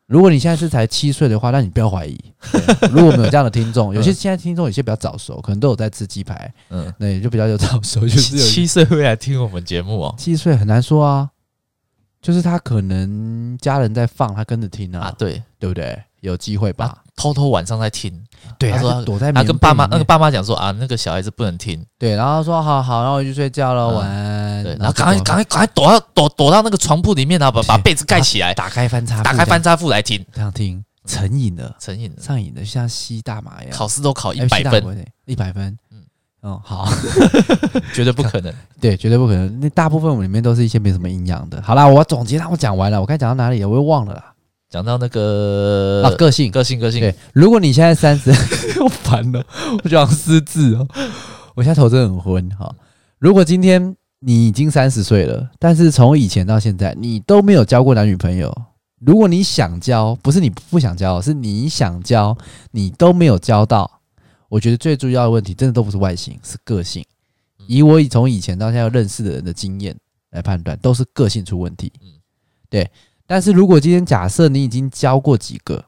Speaker 2: 如果你现在是才七岁的话，那你不 要怀疑。对如果我们有这样的听众，有些现在听众有些比较早熟，可能都有在吃鸡排，
Speaker 1: 嗯。
Speaker 2: 那也就比较有早熟， 就是有一些
Speaker 1: 七岁会来听我们节目哦。
Speaker 2: 七岁很难说啊，就是他可能家人在放，他跟着听啊，
Speaker 1: 啊，对，
Speaker 2: 对不对？有机会吧？
Speaker 1: 偷偷晚上在听，
Speaker 2: 对，
Speaker 1: 他
Speaker 2: 他
Speaker 1: 说
Speaker 2: 就躲在
Speaker 1: 他
Speaker 2: 棉
Speaker 1: 跟
Speaker 2: 被
Speaker 1: 爸
Speaker 2: 里
Speaker 1: 妈那个
Speaker 2: 面
Speaker 1: 爸妈讲说啊，那个小孩子不能听，
Speaker 2: 对，然后他说好好，那我去睡觉了，
Speaker 1: 嗯
Speaker 2: 晚安。
Speaker 1: 对，然后
Speaker 2: 就
Speaker 1: 赶快
Speaker 2: 躲
Speaker 1: 赶快赶快躲到躲躲到那个床铺里面，然 后把把被子盖起来，打
Speaker 2: 打开翻查，
Speaker 1: 打开翻扎布来听，
Speaker 2: 这样听，成瘾了，
Speaker 1: 成瘾了，
Speaker 2: 上瘾了，像吸大麻一样，
Speaker 1: 考试都考
Speaker 2: 哎
Speaker 1: 一百分，，
Speaker 2: 一百分
Speaker 1: 嗯。
Speaker 2: 嗯，好，
Speaker 1: 绝对不可能。
Speaker 2: 对，绝对不可能。那大部分我们里面都是一些没什么营养的。好啦，我总结啦，我讲完了，我该讲到哪里了？我又忘了啦。
Speaker 1: 讲到那个、
Speaker 2: 啊，个性，
Speaker 1: 个性个性，
Speaker 2: 对，如果你现 在三十，我烦了，我就想失智哦。我现在头真的很昏哈。如果今天你已经三十岁了，但是从以前到现在你都没有交过男女朋友，如果你想交，不是你不想交，是你想交，你都没有交到。我觉得最重要的问题，真的都不是外形，是个性。
Speaker 1: 嗯
Speaker 2: 以我以从以前到现在认识的人的经验来判断，都是个性出问题。
Speaker 1: 嗯
Speaker 2: 对。但是如果今天假设你已经交过几个，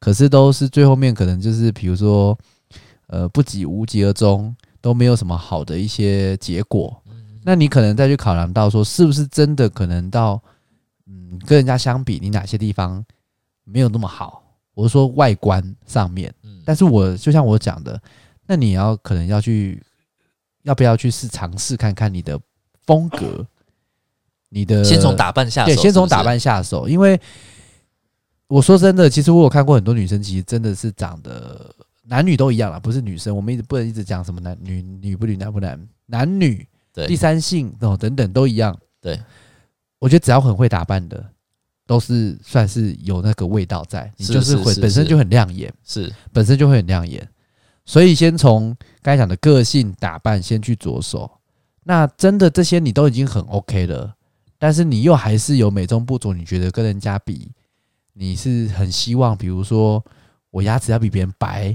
Speaker 2: 可是都是最后面可能就是比如说，呃，不及无疾而终，都没有什么好的一些结果。
Speaker 1: 嗯
Speaker 2: 那你可能再去考量到说，是不是真的可能到，嗯，跟人家相比，你哪些地方没有那么好？我是说外观上面，
Speaker 1: 嗯
Speaker 2: 但是我就像我讲的，那你要可能要去，要不要去试尝试看看你的风格，你的
Speaker 1: 先从打扮下手，
Speaker 2: 对，先从
Speaker 1: 是不是
Speaker 2: 打扮下手，因为我说真的，其实我有看过很多女生，其实真的是长得男女都一样啦，不是女生，我们一直不能一直讲什么男女女不女男不男，男女
Speaker 1: 对
Speaker 2: 第三性哦等等都一样。
Speaker 1: 对，
Speaker 2: 我觉得只要很会打扮的，都是算是有那个味道在，你
Speaker 1: 是
Speaker 2: 就是
Speaker 1: 是
Speaker 2: 会
Speaker 1: 是
Speaker 2: 本身
Speaker 1: 是
Speaker 2: 就很亮眼，
Speaker 1: 是
Speaker 2: 本身就会很亮眼。所以先从刚才讲的个性、打扮先去着手。那真的这些你都已经很 OK 了，但是你又还是有美中不足，你觉得跟人家比，你是很希望，比如说我牙齿要比别人白，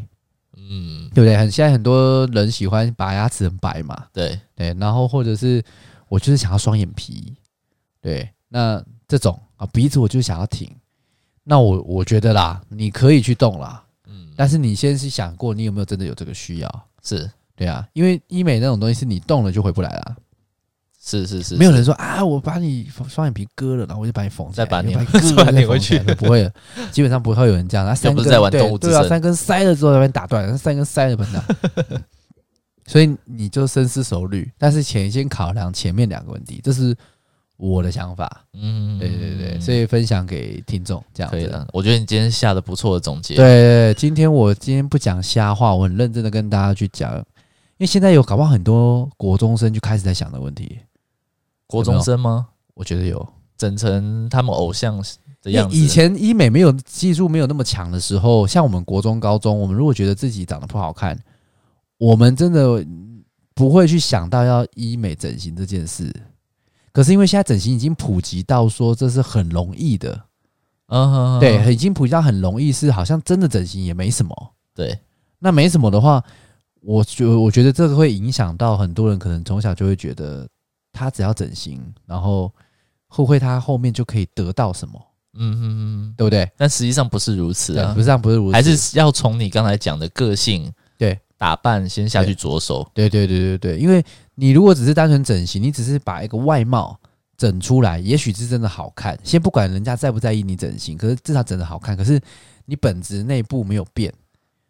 Speaker 1: 嗯
Speaker 2: 对不对？很现在很多人喜欢把牙齿很白嘛，
Speaker 1: 对，
Speaker 2: 对，然后或者是我就是想要双眼皮，对，那这种啊鼻子我就想要挺，那我我觉得啦，你可以去动啦，
Speaker 1: 嗯
Speaker 2: 但是你先是想过你有没有真的有这个需要？
Speaker 1: 是
Speaker 2: 对啊，因为医美那种东西是你动了就回不来了，
Speaker 1: 是是是，
Speaker 2: 没有人说啊，我把你双眼皮割了，然后我就把你缝起
Speaker 1: 再
Speaker 2: 来，
Speaker 1: 把你
Speaker 2: 又你割
Speaker 1: 再把
Speaker 2: 了
Speaker 1: 你
Speaker 2: 再缝起来
Speaker 1: 回去
Speaker 2: 不会的，基本上不会有人这样。那
Speaker 1: 又
Speaker 2: 三
Speaker 1: 不
Speaker 2: 根
Speaker 1: 是在玩动物
Speaker 2: 对
Speaker 1: 之
Speaker 2: 对啊，
Speaker 1: 森
Speaker 2: 三根塞了之后把你打断，三根塞了把你打断。所以你就深思熟虑，但是前先考量前面两个问题，这是我的想法。
Speaker 1: 嗯
Speaker 2: 对对对，所以分享给听众这样
Speaker 1: 可以
Speaker 2: 子。
Speaker 1: 的，我觉得你今天下的不错的总结，
Speaker 2: 对对，对今天我今天不讲瞎话，我很认真的跟大家去讲，因为现在有搞不好很多国中生就开始在想的问题，
Speaker 1: 国中生吗？
Speaker 2: 我觉得有。
Speaker 1: 整成他们偶像的
Speaker 2: 因为
Speaker 1: 样子，
Speaker 2: 以前医美没有技术没有那么强的时候，像我们国中、高中，我们如果觉得自己长得不好看，我们真的不会去想到要医美整形这件事。可是因为现在整形已经普及到说这是很容易的，
Speaker 1: 嗯哼哼
Speaker 2: 对，已经普及到很容易，是好像真的整形也没什么。
Speaker 1: 对
Speaker 2: 那没什么的话，我觉我觉得这个会影响到很多人，可能从小就会觉得他只要整形，然后会不会他后面就可以得到什么，
Speaker 1: 嗯哼哼，
Speaker 2: 对不对？
Speaker 1: 但实际上不是如此啊
Speaker 2: 不，是这样，不是如此，
Speaker 1: 还是要从你刚才讲的个性、
Speaker 2: 对
Speaker 1: 打扮先下去着手，
Speaker 2: 对对对对对，因为你如果只是单纯整形，你只是把一个外貌整出来，也许是真的好看，先不管人家在不在意你整形，可是至少整的好看，可是你本质内部没有变，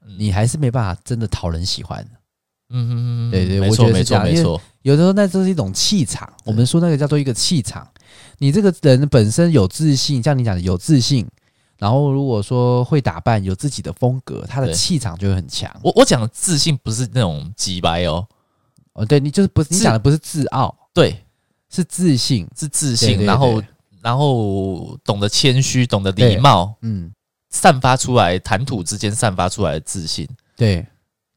Speaker 1: 嗯
Speaker 2: 你还是没办法真的讨人喜欢。
Speaker 1: 嗯哼哼，
Speaker 2: 对对
Speaker 1: 没
Speaker 2: 我
Speaker 1: 错
Speaker 2: 觉得
Speaker 1: 没
Speaker 2: 是这
Speaker 1: 错
Speaker 2: 样
Speaker 1: 没
Speaker 2: 因为
Speaker 1: 错，
Speaker 2: 有的时候那就是一种气场，
Speaker 1: 对
Speaker 2: 我们说那个叫做一个气场。你这个人本身有自信，像你讲的有自信，然后如果说会打扮，有自己的风格，他的
Speaker 1: 对
Speaker 2: 气场就会很强。
Speaker 1: 我我讲的自信不是那种急白哦，
Speaker 2: 哦，对你就是不是你
Speaker 1: 自
Speaker 2: 讲的不是自傲，
Speaker 1: 对，
Speaker 2: 是自信。
Speaker 1: 是自
Speaker 2: 对
Speaker 1: 信，
Speaker 2: 对
Speaker 1: 然后
Speaker 2: 对
Speaker 1: 然后懂得谦虚，懂得礼
Speaker 2: 对
Speaker 1: 貌，
Speaker 2: 嗯，
Speaker 1: 散发出来谈吐之间散发出来的自信，
Speaker 2: 对，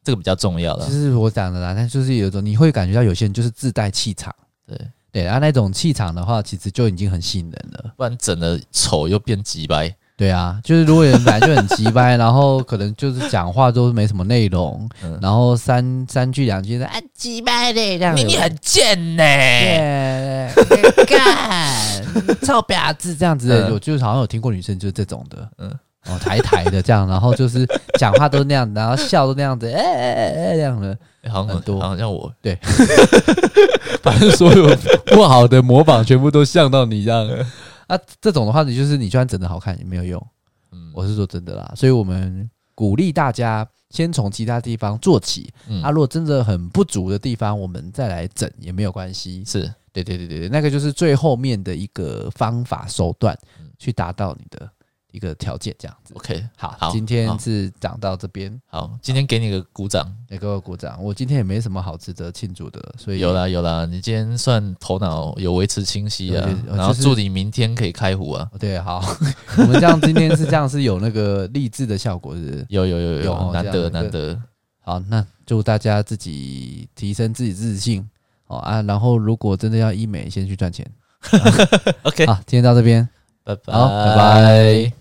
Speaker 1: 这个比较重要了
Speaker 2: 就。是我讲的啦。但就是有一种你会感觉到有些人就是自带气场，
Speaker 1: 对，
Speaker 2: 对，然后那种气场的话，其实就已经很吸引人了。
Speaker 1: 不然整的丑又变急白。
Speaker 2: 对啊，就是如果有人本来就很急掰，然后可能就是讲话都没什么内容，
Speaker 1: 嗯
Speaker 2: 然后三三句两句的啊急掰嘞这样子，
Speaker 1: 你很贱呢、
Speaker 2: 对干臭婊子这样子的，
Speaker 1: 嗯
Speaker 2: 我就是好像有听过女生就是这种的，嗯
Speaker 1: 嗯，
Speaker 2: 哦抬抬的这样，然后就是讲话都那样，然后笑都那样子，哎哎哎哎这样的，
Speaker 1: 欸好像
Speaker 2: 很多
Speaker 1: 好像我
Speaker 2: 反正所有不好的模仿全部都像到你这样。 啊，这种的话，你就是你就算整的好看也没有用。
Speaker 1: 嗯
Speaker 2: 我是说真的啦，所以我们鼓励大家先从其他地方做起。
Speaker 1: 嗯
Speaker 2: 啊，如果真的很不足的地方，我们再来整也没有关系。
Speaker 1: 是
Speaker 2: 对对对对对，那个就是最后面的一个方法手段
Speaker 1: 嗯，
Speaker 2: 去达到你的一个条件，这样子。
Speaker 1: OK，
Speaker 2: 好，
Speaker 1: 好
Speaker 2: 今天
Speaker 1: 好
Speaker 2: 是讲到这边，
Speaker 1: 好，今天给你个鼓掌。
Speaker 2: 也给我鼓掌。我今天也没什么好值得庆祝的，所以
Speaker 1: 有啦有啦，你今天算头脑有维持清晰啊
Speaker 2: 有有，有
Speaker 1: 然后
Speaker 2: 就是
Speaker 1: 祝你明天可以开胡啊。
Speaker 2: 哦对，好， 我们这样今天是这样是有那个励志的效果，是不是？
Speaker 1: 有有有
Speaker 2: 有哦
Speaker 1: 有，难
Speaker 2: 这
Speaker 1: 得
Speaker 2: 样
Speaker 1: 难得，
Speaker 2: 好，那祝大家自己提升自己自信哦啊！然后如果真的要医美，先去赚钱。
Speaker 1: OK，
Speaker 2: 好，今天到这边，
Speaker 1: 拜拜
Speaker 2: 好，拜拜。